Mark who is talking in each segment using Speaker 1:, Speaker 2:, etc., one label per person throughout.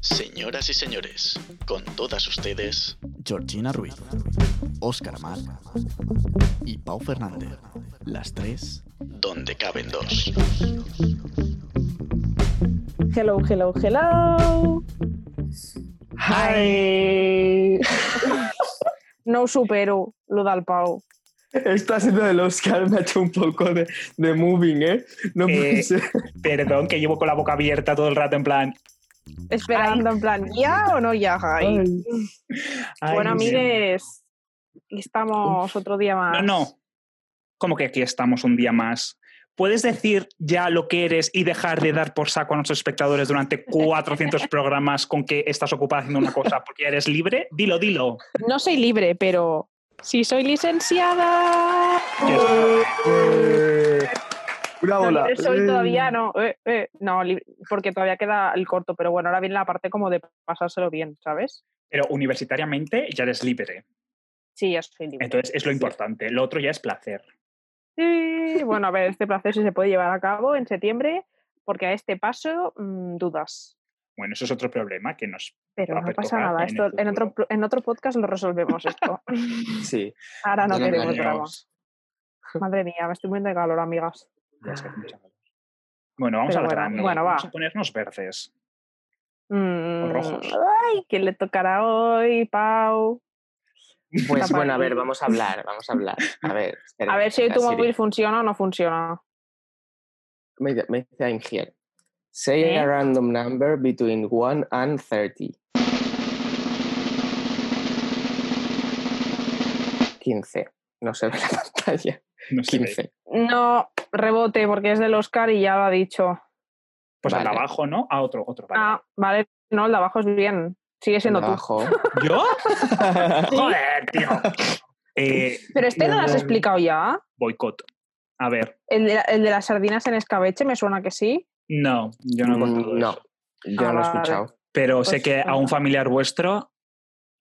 Speaker 1: Señoras y señores, con todas ustedes,
Speaker 2: Georgina Ruiz, Óscar Mar y Pau Fernández. Las tres.
Speaker 1: donde caben dos.
Speaker 3: Hello, hello, hello.
Speaker 4: ¡Hi!
Speaker 3: No supero lo del Pau.
Speaker 5: Esta escena del Oscar me ha hecho un poco de, de moving, ¿eh? No puede
Speaker 4: Eh,
Speaker 5: ser.
Speaker 4: Perdón, que llevo con la boca abierta todo el rato en plan.
Speaker 3: Esperando en plan, ¿ya o no ya? Ay.
Speaker 4: ay,
Speaker 3: bueno,
Speaker 4: Dios mío.
Speaker 3: amigues, aquí estamos otro día más.
Speaker 4: Ah, No, no. ¿Cómo que aquí estamos un día más? ¿Puedes decir ya lo que eres y dejar de dar por saco a nuestros espectadores durante 400 programas con que estás ocupada haciendo una cosa porque ya eres libre? Dilo, dilo.
Speaker 3: No soy libre, pero sí soy licenciada.
Speaker 4: Ya está.
Speaker 5: ¡Eh! Una
Speaker 3: No,
Speaker 5: bola.
Speaker 3: libre soy todavía
Speaker 4: Mm.
Speaker 3: no. eh, eh, No, libre- porque todavía queda el corto, pero bueno, ahora viene la parte como de pasárselo bien, ¿sabes?
Speaker 4: Pero universitariamente ya eres libre.
Speaker 3: Sí, ya soy libre.
Speaker 4: Entonces es lo importante. Lo otro ya es placer.
Speaker 3: Sí, bueno, a ver, este placer sí se puede llevar a cabo en septiembre, porque a este paso mm, dudas.
Speaker 4: Bueno, eso es otro problema que nos.
Speaker 3: Pero
Speaker 4: Va a
Speaker 3: no pasa
Speaker 4: perturbar
Speaker 3: nada,
Speaker 4: en
Speaker 3: esto,
Speaker 4: el
Speaker 3: en, otro, pro- en otro podcast lo resolvemos esto.
Speaker 5: Sí.
Speaker 3: Ahora no
Speaker 5: Ya lo
Speaker 3: queremos
Speaker 5: engañamos.
Speaker 3: drama. Madre mía, me estoy muriendo de calor, amigas.
Speaker 4: Ya es que hace mucha calor. Bueno, vamos
Speaker 3: Pero
Speaker 4: al
Speaker 3: bueno,
Speaker 4: grano.
Speaker 3: bueno, va.
Speaker 4: vamos a ponernos verdes.
Speaker 3: Mm,
Speaker 4: rojos.
Speaker 3: Ay, ¿quién le tocará hoy, Pau?
Speaker 5: Pues
Speaker 3: Papá.
Speaker 5: bueno, a ver, vamos a hablar, vamos a hablar. A ver, espera,
Speaker 3: A ver si hoy tu
Speaker 5: la Siri.
Speaker 3: móvil funciona o no funciona.
Speaker 5: Me dice- me dice I'm here. Say
Speaker 3: ¿Eh?
Speaker 5: a random number between 1 and 30. 15. No se ve la pantalla.
Speaker 4: No sé,
Speaker 5: 15.
Speaker 3: No, rebote, porque es del Oscar y ya lo ha dicho.
Speaker 4: Pues al
Speaker 5: Vale.
Speaker 4: abajo, ¿no? A otro, otro. vale.
Speaker 3: Ah, vale, no, el de abajo es bien. Sigue siendo tú.
Speaker 5: Abajo.
Speaker 4: ¿Yo? Joder, tío. Eh,
Speaker 3: Pero este no lo has
Speaker 5: No.
Speaker 3: explicado ya.
Speaker 4: boicot. A ver,
Speaker 3: El de, la- el de las sardinas en escabeche me suena que sí.
Speaker 4: no, yo no he contado
Speaker 5: Mm, No,
Speaker 4: eso.
Speaker 5: yo no
Speaker 3: Ah,
Speaker 5: lo he
Speaker 3: vale.
Speaker 5: escuchado.
Speaker 4: Pero sé
Speaker 3: Pues,
Speaker 4: que a un
Speaker 3: venga.
Speaker 4: familiar vuestro,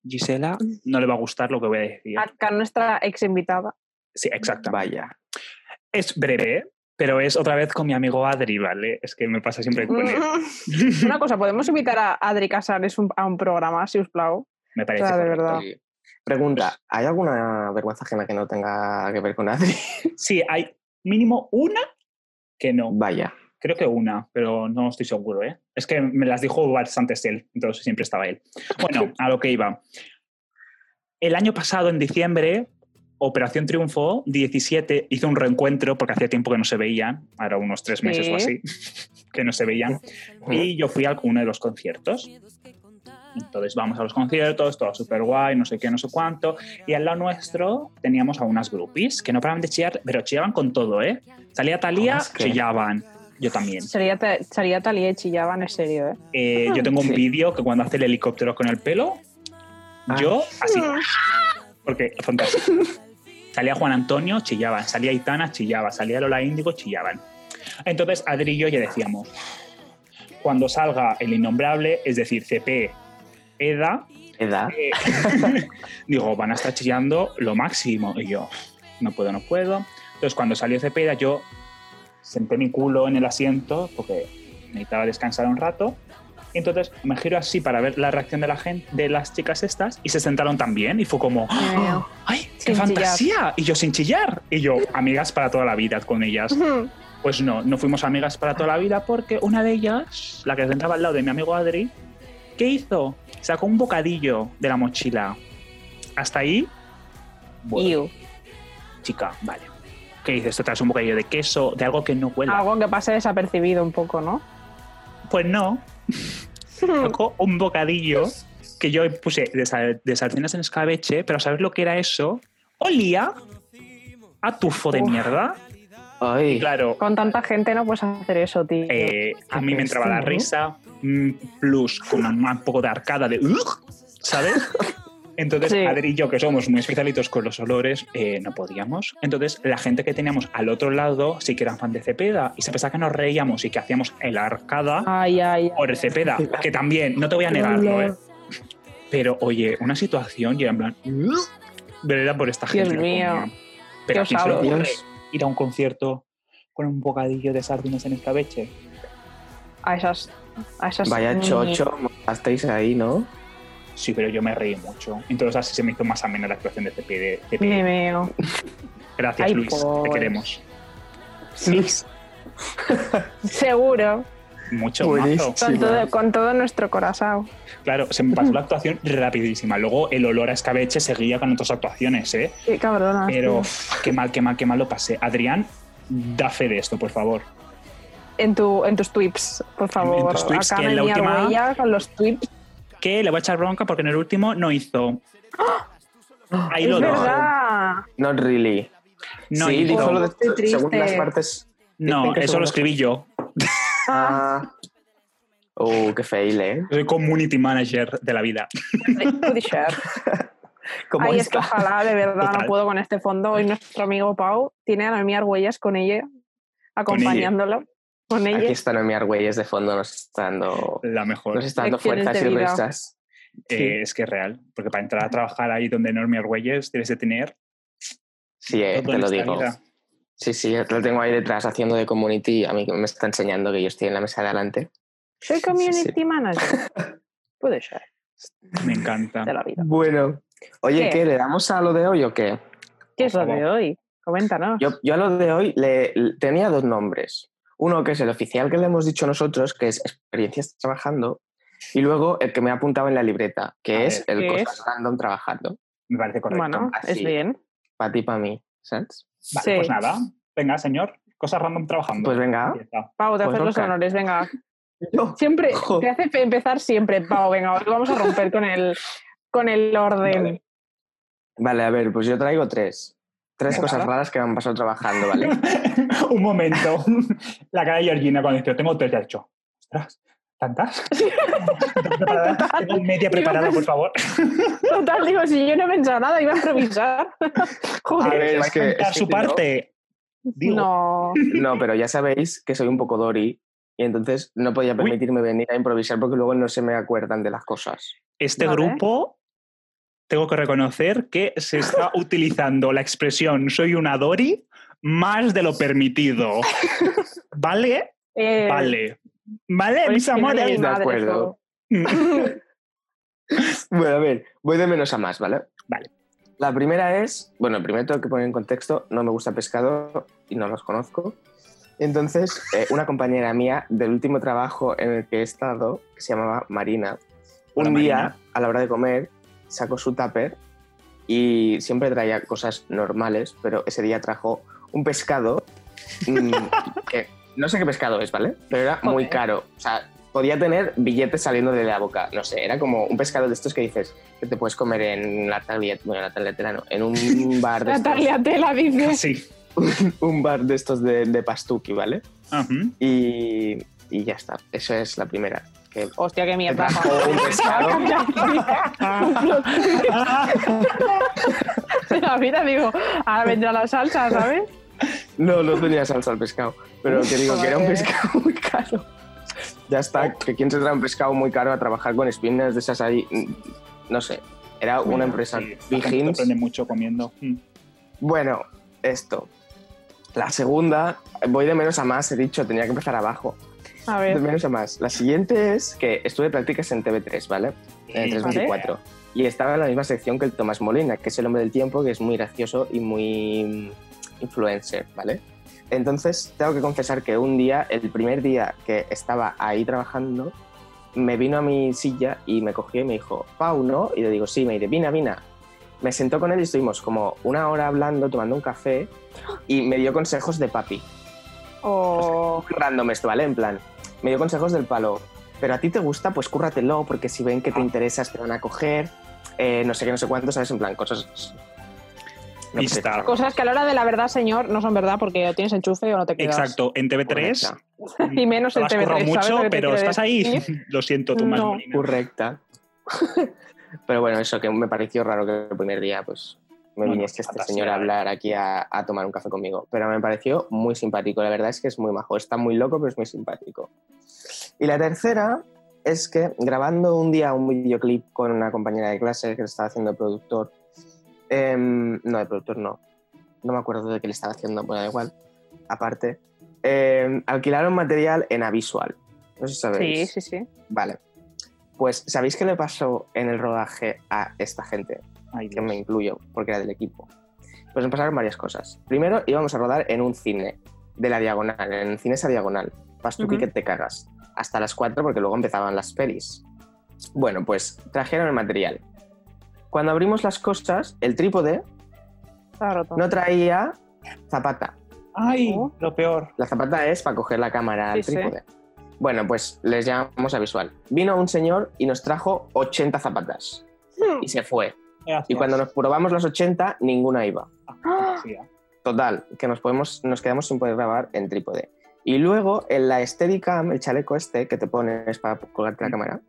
Speaker 4: Gisela, no le va a gustar lo que voy a decir.
Speaker 3: Acá nuestra ex invitada.
Speaker 4: Sí, exacto.
Speaker 5: Vaya.
Speaker 4: Es breve, pero es otra vez con mi amigo Adri, ¿vale? Es que me pasa siempre con él.
Speaker 3: Mm. Una cosa, podemos invitar a Adri Casares un- a un programa, si os plau.
Speaker 4: Me parece.
Speaker 3: O sea, de
Speaker 4: correcto.
Speaker 3: verdad.
Speaker 5: Oye, Eh, Pregunta,
Speaker 4: Pues
Speaker 5: ¿hay alguna vergüenza ajena que no tenga que ver con Adri?
Speaker 4: Sí, hay mínimo una que no.
Speaker 5: Vaya,
Speaker 4: Creo que una, pero no estoy seguro, ¿eh? Es que me las dijo bastante él, entonces siempre estaba él. Bueno, a lo que iba. El año pasado, en diciembre, Operación Triunfo 17 hizo un reencuentro, porque hacía tiempo que no se veían, ahora unos tres meses o
Speaker 3: Sí.
Speaker 4: así, que no se veían, y yo fui a uno de los conciertos. Entonces vamos a los conciertos, todo súper guay, no sé qué, no sé cuánto. Y al lado nuestro teníamos a unas groupies que no paraban de chillar, pero chillaban con todo, ¿eh? Salía Talía,
Speaker 5: Es que-
Speaker 4: chillaban. Yo también.
Speaker 3: Sería, ta- sería Talía y chillaban, en serio, ¿eh?
Speaker 4: Eh, yo tengo un
Speaker 5: Sí.
Speaker 4: vídeo que cuando hace el helicóptero con el pelo,
Speaker 5: Ah.
Speaker 4: yo así. Porque fantástico. Salía Juan Antonio, chillaban. Salía Itana, chillaba. Salía Lola Índigo, chillaban. Entonces Adri y yo ya decíamos, cuando salga el innombrable, es decir, CP, EDA,
Speaker 5: edad.
Speaker 4: eh, digo, van a estar chillando lo máximo. Y yo, no puedo, no puedo. Entonces, cuando salió Cepeda, yo senté mi culo en el asiento porque necesitaba descansar un rato. Y entonces me giro así para ver la reacción de la gente, de las chicas estas, y se sentaron también. Y fue como,
Speaker 3: Ay,
Speaker 4: "Ah, ¡ay,
Speaker 3: Sin
Speaker 4: qué fantasía! Y yo sin chillar. Y yo, amigas para toda la vida con
Speaker 3: Mm.
Speaker 4: ellas. Pues no, no fuimos amigas para toda la vida porque una de ellas, la que sentaba al lado de mi amigo Adri, ¿qué hizo? Sacó un bocadillo de la mochila. Hasta ahí, bueno,
Speaker 3: Iu.
Speaker 4: chica, vale. ¿Qué dices? ¿Te traes un bocadillo de queso, de algo que no huela?
Speaker 3: Algo que pase desapercibido un poco, ¿no?
Speaker 4: Pues no,
Speaker 5: Mm.
Speaker 4: sacó un bocadillo que yo puse de, sal- de sardinas en escabeche, pero ¿sabes lo que era eso? Olía a tufo de
Speaker 3: Uf.
Speaker 4: mierda.
Speaker 5: Ay,
Speaker 4: Claro,
Speaker 3: Con tanta gente no puedes hacer eso, tío.
Speaker 4: Eh, a mí me
Speaker 3: Pues
Speaker 4: entraba la
Speaker 5: ¿no?
Speaker 4: risa, mm, plus con un, un poco de arcada de "Ugh", ¿sabes? Entonces,
Speaker 3: Sí.
Speaker 4: Adri y yo, que somos muy especialitos con los olores, eh, no podíamos. Entonces, la gente que teníamos al otro lado sí que eran fan de Cepeda y se pensaba que nos reíamos y que hacíamos el arcada
Speaker 3: Ay, ay, ay.
Speaker 4: por el Cepeda,
Speaker 3: Ah,
Speaker 4: que también, no te voy a negarlo, ¿eh? Pero, oye, una situación, y era en plan, "Ugh", pero era por esta
Speaker 3: Dios
Speaker 4: gente. que
Speaker 3: mío.
Speaker 4: comía. Pero
Speaker 3: Qué
Speaker 4: ¿a quién se le
Speaker 3: osado.
Speaker 4: ocurre
Speaker 5: Dios.
Speaker 4: ir a un concierto con un bocadillo de sardinas en escabeche?
Speaker 3: A esas A
Speaker 4: Pues,
Speaker 3: esas
Speaker 4: eh,
Speaker 5: Vaya
Speaker 3: mini-
Speaker 5: chocho, estáis ahí, ¿no?
Speaker 4: Sí, pero yo me reí mucho. Entonces así se me hizo más amena la actuación de Cepede.
Speaker 3: Me meo.
Speaker 4: Gracias,
Speaker 3: Mm. Ay,
Speaker 4: Luis. Te
Speaker 3: pues.
Speaker 4: queremos.
Speaker 5: Sí.
Speaker 3: Seguro.
Speaker 4: Mucho
Speaker 5: Buenísimo.
Speaker 4: mazo.
Speaker 3: Con,
Speaker 5: Sí,
Speaker 3: todo,
Speaker 5: bueno.
Speaker 3: con todo nuestro corazón.
Speaker 4: Claro, se me pasó la actuación rapidísima. Luego el olor a escabeche seguía con otras actuaciones, ¿eh?
Speaker 3: Qué cabrona.
Speaker 4: Pero
Speaker 3: tío.
Speaker 4: uf, qué mal, qué mal, qué mal lo pasé. Adrián, da fe de esto, por favor.
Speaker 3: En, tu, en tus twips, por favor.
Speaker 4: en tus twips,
Speaker 3: Acá
Speaker 4: que en
Speaker 3: me
Speaker 4: la
Speaker 3: mía
Speaker 4: última-
Speaker 3: huella con los twips.
Speaker 4: Que le voy a echar bronca porque en el último no hizo. Ahí lo
Speaker 3: ¡Ah! Es
Speaker 4: dejo.
Speaker 3: verdad.
Speaker 5: Not really.
Speaker 4: No
Speaker 5: sí,
Speaker 4: hizo.
Speaker 5: dijo lo
Speaker 3: Qué
Speaker 5: de
Speaker 3: triste.
Speaker 5: según las partes.
Speaker 4: No,
Speaker 5: Dicen que
Speaker 4: eso
Speaker 5: seguro.
Speaker 4: lo escribí yo.
Speaker 5: Ah. Oh, qué fail, ¿eh?
Speaker 4: Soy community manager de la vida.
Speaker 3: Puede ser.
Speaker 5: ¿Cómo
Speaker 3: Ay, es que
Speaker 5: está?
Speaker 3: ojalá, de verdad,
Speaker 4: Total.
Speaker 3: no puedo con este fondo. Hoy nuestro amigo Pau tiene a Noemí Argüelles con ella, acompañándola. Con ella.
Speaker 5: Aquí están a mi Argüelles de fondo, nos está dando,
Speaker 4: La mejor.
Speaker 5: nos está dando
Speaker 3: Lecciones
Speaker 5: fuerzas
Speaker 3: de
Speaker 5: y
Speaker 3: vida.
Speaker 5: risas.
Speaker 4: Eh,
Speaker 5: Sí.
Speaker 4: Es que es real. Porque para entrar a trabajar ahí donde Normie Argüelles tienes de tener.
Speaker 5: Sí, eh, te
Speaker 4: todo en
Speaker 5: lo
Speaker 4: esta
Speaker 5: digo.
Speaker 4: vida.
Speaker 5: Sí, sí, lo tengo ahí detrás haciendo de community. A mí me está enseñando que yo estoy en la mesa de adelante.
Speaker 3: Soy
Speaker 5: Sí,
Speaker 3: community
Speaker 5: sí.
Speaker 3: manager. Puede ser,
Speaker 4: Me encanta.
Speaker 3: de la vida.
Speaker 5: Bueno. Oye,
Speaker 3: ¿Qué?
Speaker 5: ¿qué? ¿Le damos a lo de hoy o qué?
Speaker 3: ¿Qué es lo
Speaker 4: favor.
Speaker 3: de hoy? Coméntanos.
Speaker 5: Yo, yo a lo de hoy le, l- tenía dos nombres. Uno que es el oficial que le hemos dicho nosotros, que es experiencias trabajando, y luego el que me ha apuntado en la libreta, que
Speaker 4: A
Speaker 5: es
Speaker 4: ver,
Speaker 5: el
Speaker 3: ¿qué
Speaker 5: cosas
Speaker 3: es?
Speaker 5: random trabajando.
Speaker 4: Me parece correcto.
Speaker 3: bueno,
Speaker 5: así.
Speaker 3: es bien.
Speaker 5: Para ti, para mí, ¿sabes?
Speaker 4: Vale,
Speaker 3: sí.
Speaker 4: pues nada. Venga, señor. Cosas random trabajando.
Speaker 5: Pues venga.
Speaker 4: Empieza.
Speaker 3: Pau, te
Speaker 5: Pues
Speaker 3: haces los
Speaker 5: toca.
Speaker 3: honores, venga.
Speaker 5: Yo.
Speaker 3: Siempre,
Speaker 5: Jo.
Speaker 3: te hace empezar siempre, Pau, venga, hoy vamos a romper con el, con el orden.
Speaker 5: Vale. Vale, a ver, pues yo traigo tres. Tres
Speaker 4: Venga.
Speaker 5: cosas raras que me han pasado trabajando, ¿vale?
Speaker 4: Un momento. La cara de Georgina cuando dice, tengo tres, ya he hecho. Ostras, ¿tantas? Tengo preparada- Tengo media preparada, por favor.
Speaker 3: Total, digo, si yo no he pensado nada, iba a improvisar.
Speaker 5: A
Speaker 3: Joder.
Speaker 5: ver,
Speaker 4: Va
Speaker 5: es que-
Speaker 4: contar
Speaker 5: es que
Speaker 4: su
Speaker 5: si no-
Speaker 4: parte. digo.
Speaker 3: No.
Speaker 5: No, pero ya sabéis que soy un poco Dory y entonces no podía permitirme venir a improvisar porque luego no se me acuerdan de las cosas.
Speaker 4: Este
Speaker 5: ¿eh?
Speaker 3: Vale.
Speaker 4: grupo, tengo que reconocer que se está utilizando la expresión soy una Dory más de lo permitido. ¿Vale?
Speaker 3: Eh,
Speaker 4: Vale. ¿Vale,
Speaker 3: pues
Speaker 4: mis
Speaker 3: que no haya mi
Speaker 4: amores? Mm,
Speaker 5: De
Speaker 3: madre,
Speaker 5: acuerdo.
Speaker 3: todo.
Speaker 5: Bueno, a ver, voy de menos a más, ¿vale?
Speaker 4: Vale.
Speaker 5: La primera es, bueno, primero tengo que poner en contexto, no me gusta pescado y no los conozco. Entonces, eh, una compañera mía del último trabajo en el que he estado, que se llamaba Marina,
Speaker 4: Hola,
Speaker 5: un día,
Speaker 4: Marina.
Speaker 5: a la hora de comer, sacó su tupper y siempre traía cosas normales, pero ese día trajo un pescado, mm, que no sé qué pescado es, ¿vale? Pero era muy
Speaker 3: Joder.
Speaker 5: caro. O sea, podía tener billetes saliendo de la boca, no sé, era como un pescado de estos que dices que te puedes comer en la tagliatella, bueno, la tagliatella no, en un bar de estos,
Speaker 3: Natalia Tela dice.
Speaker 4: Sí.
Speaker 5: un bar de estos de, de pastuki, ¿vale?
Speaker 4: Ajá.
Speaker 5: Y, y ya está, eso es la primera. Que
Speaker 3: Hostia, qué mierda.
Speaker 5: Te trajo un pescado.
Speaker 3: De la vida digo, ahora vendrá la salsa, ¿sabes?
Speaker 5: No, no tenía salsa al pescado. Pero que digo que era un
Speaker 3: Joder.
Speaker 5: pescado muy caro. Ya está, que quién se trae un pescado muy caro a trabajar con espinas de esas ahí. mm, No sé. Era una empresa.
Speaker 4: Sí, la gente
Speaker 5: Vigins.
Speaker 4: aprende mucho comiendo. Mm.
Speaker 5: Bueno, esto. La segunda, voy de menos a más, he dicho, tenía que empezar abajo.
Speaker 3: A
Speaker 5: De
Speaker 3: ver.
Speaker 5: menos a más. La siguiente es que estuve de prácticas en TV3, ¿vale? En
Speaker 4: Eh,
Speaker 5: el 324. Y estaba en la misma sección que el Tomás Molina, que es el hombre del tiempo, que es muy gracioso y muy mm, influencer, ¿vale? Entonces, tengo que confesar que un día, el primer día que estaba ahí trabajando, me vino a mi silla y me cogió y me dijo, Pau, ¿no? Y le digo, sí, me dice, vina, vina. Me sentó con él y estuvimos como una hora hablando, tomando un café y me dio consejos de papi
Speaker 3: O.
Speaker 5: random esto, ¿vale? En plan, me dio consejos del palo. Pero a ti te gusta, pues cúrratelo, porque si ven que te interesas te van a coger, eh, no sé qué, no sé cuánto, ¿sabes? En plan, cosas... No
Speaker 4: Pista.
Speaker 5: sé, cosas
Speaker 3: Cosas que a la hora de la verdad, señor, no son verdad porque o tienes enchufe o no te quedas.
Speaker 4: Exacto, en TV3.
Speaker 5: Correcta,
Speaker 4: mm,
Speaker 3: Y menos
Speaker 4: te
Speaker 3: en
Speaker 4: lo has currado
Speaker 3: TV3, ¿sabes
Speaker 4: mucho,
Speaker 3: lo que te
Speaker 4: pero
Speaker 3: quiero
Speaker 4: estás ahí.
Speaker 3: decir?
Speaker 4: Lo siento, Tomás
Speaker 3: No.
Speaker 4: Molina.
Speaker 5: correcta. Pero bueno, eso que me pareció raro que el primer día, pues, me
Speaker 4: Bueno,
Speaker 5: viniese este
Speaker 4: fantasía,
Speaker 5: señor a
Speaker 4: ¿eh?
Speaker 5: hablar aquí a, a tomar un café conmigo. Pero me pareció muy simpático, la verdad es que es muy majo. Está muy loco, pero es muy simpático. Y la tercera es que grabando un día un videoclip con una compañera de clase que le estaba haciendo de productor, em, no, de productor no, no me acuerdo de qué le estaba haciendo, bueno, da igual, aparte, em, alquilaron material en Avisual, No sé si
Speaker 3: Sí,
Speaker 5: sabéis.
Speaker 3: sí, sí.
Speaker 5: Vale. Pues, ¿sabéis qué le pasó en el rodaje a esta gente?
Speaker 4: Ay,
Speaker 5: que
Speaker 4: Dios.
Speaker 5: me incluyo, porque era del equipo. Pues me pasaron varias cosas. Primero, íbamos a rodar en un cine de la diagonal, en el cine esa diagonal. Vas tú
Speaker 3: Ujú.
Speaker 5: que te cagas. Hasta las 4, porque luego empezaban las pelis. Bueno, pues trajeron el material. Cuando abrimos las cosas, el trípode
Speaker 3: Está roto.
Speaker 5: no traía zapata.
Speaker 4: Ay,
Speaker 3: Oh.
Speaker 4: lo peor.
Speaker 5: La zapata es para coger la cámara al
Speaker 3: Sí, sí.
Speaker 5: trípode. Bueno, pues les llamamos a visual. Vino un señor y nos trajo 80 zapatas.
Speaker 3: Hmm,
Speaker 5: Y se fue.
Speaker 4: Gracias.
Speaker 5: Y cuando nos probamos las 80, ninguna iba.
Speaker 4: Ah, sí, ah.
Speaker 5: Total, que nos, podemos, nos quedamos sin poder grabar en trípode. Y luego, en la Steadicam, el chaleco este que te pones para colgarte la cámara,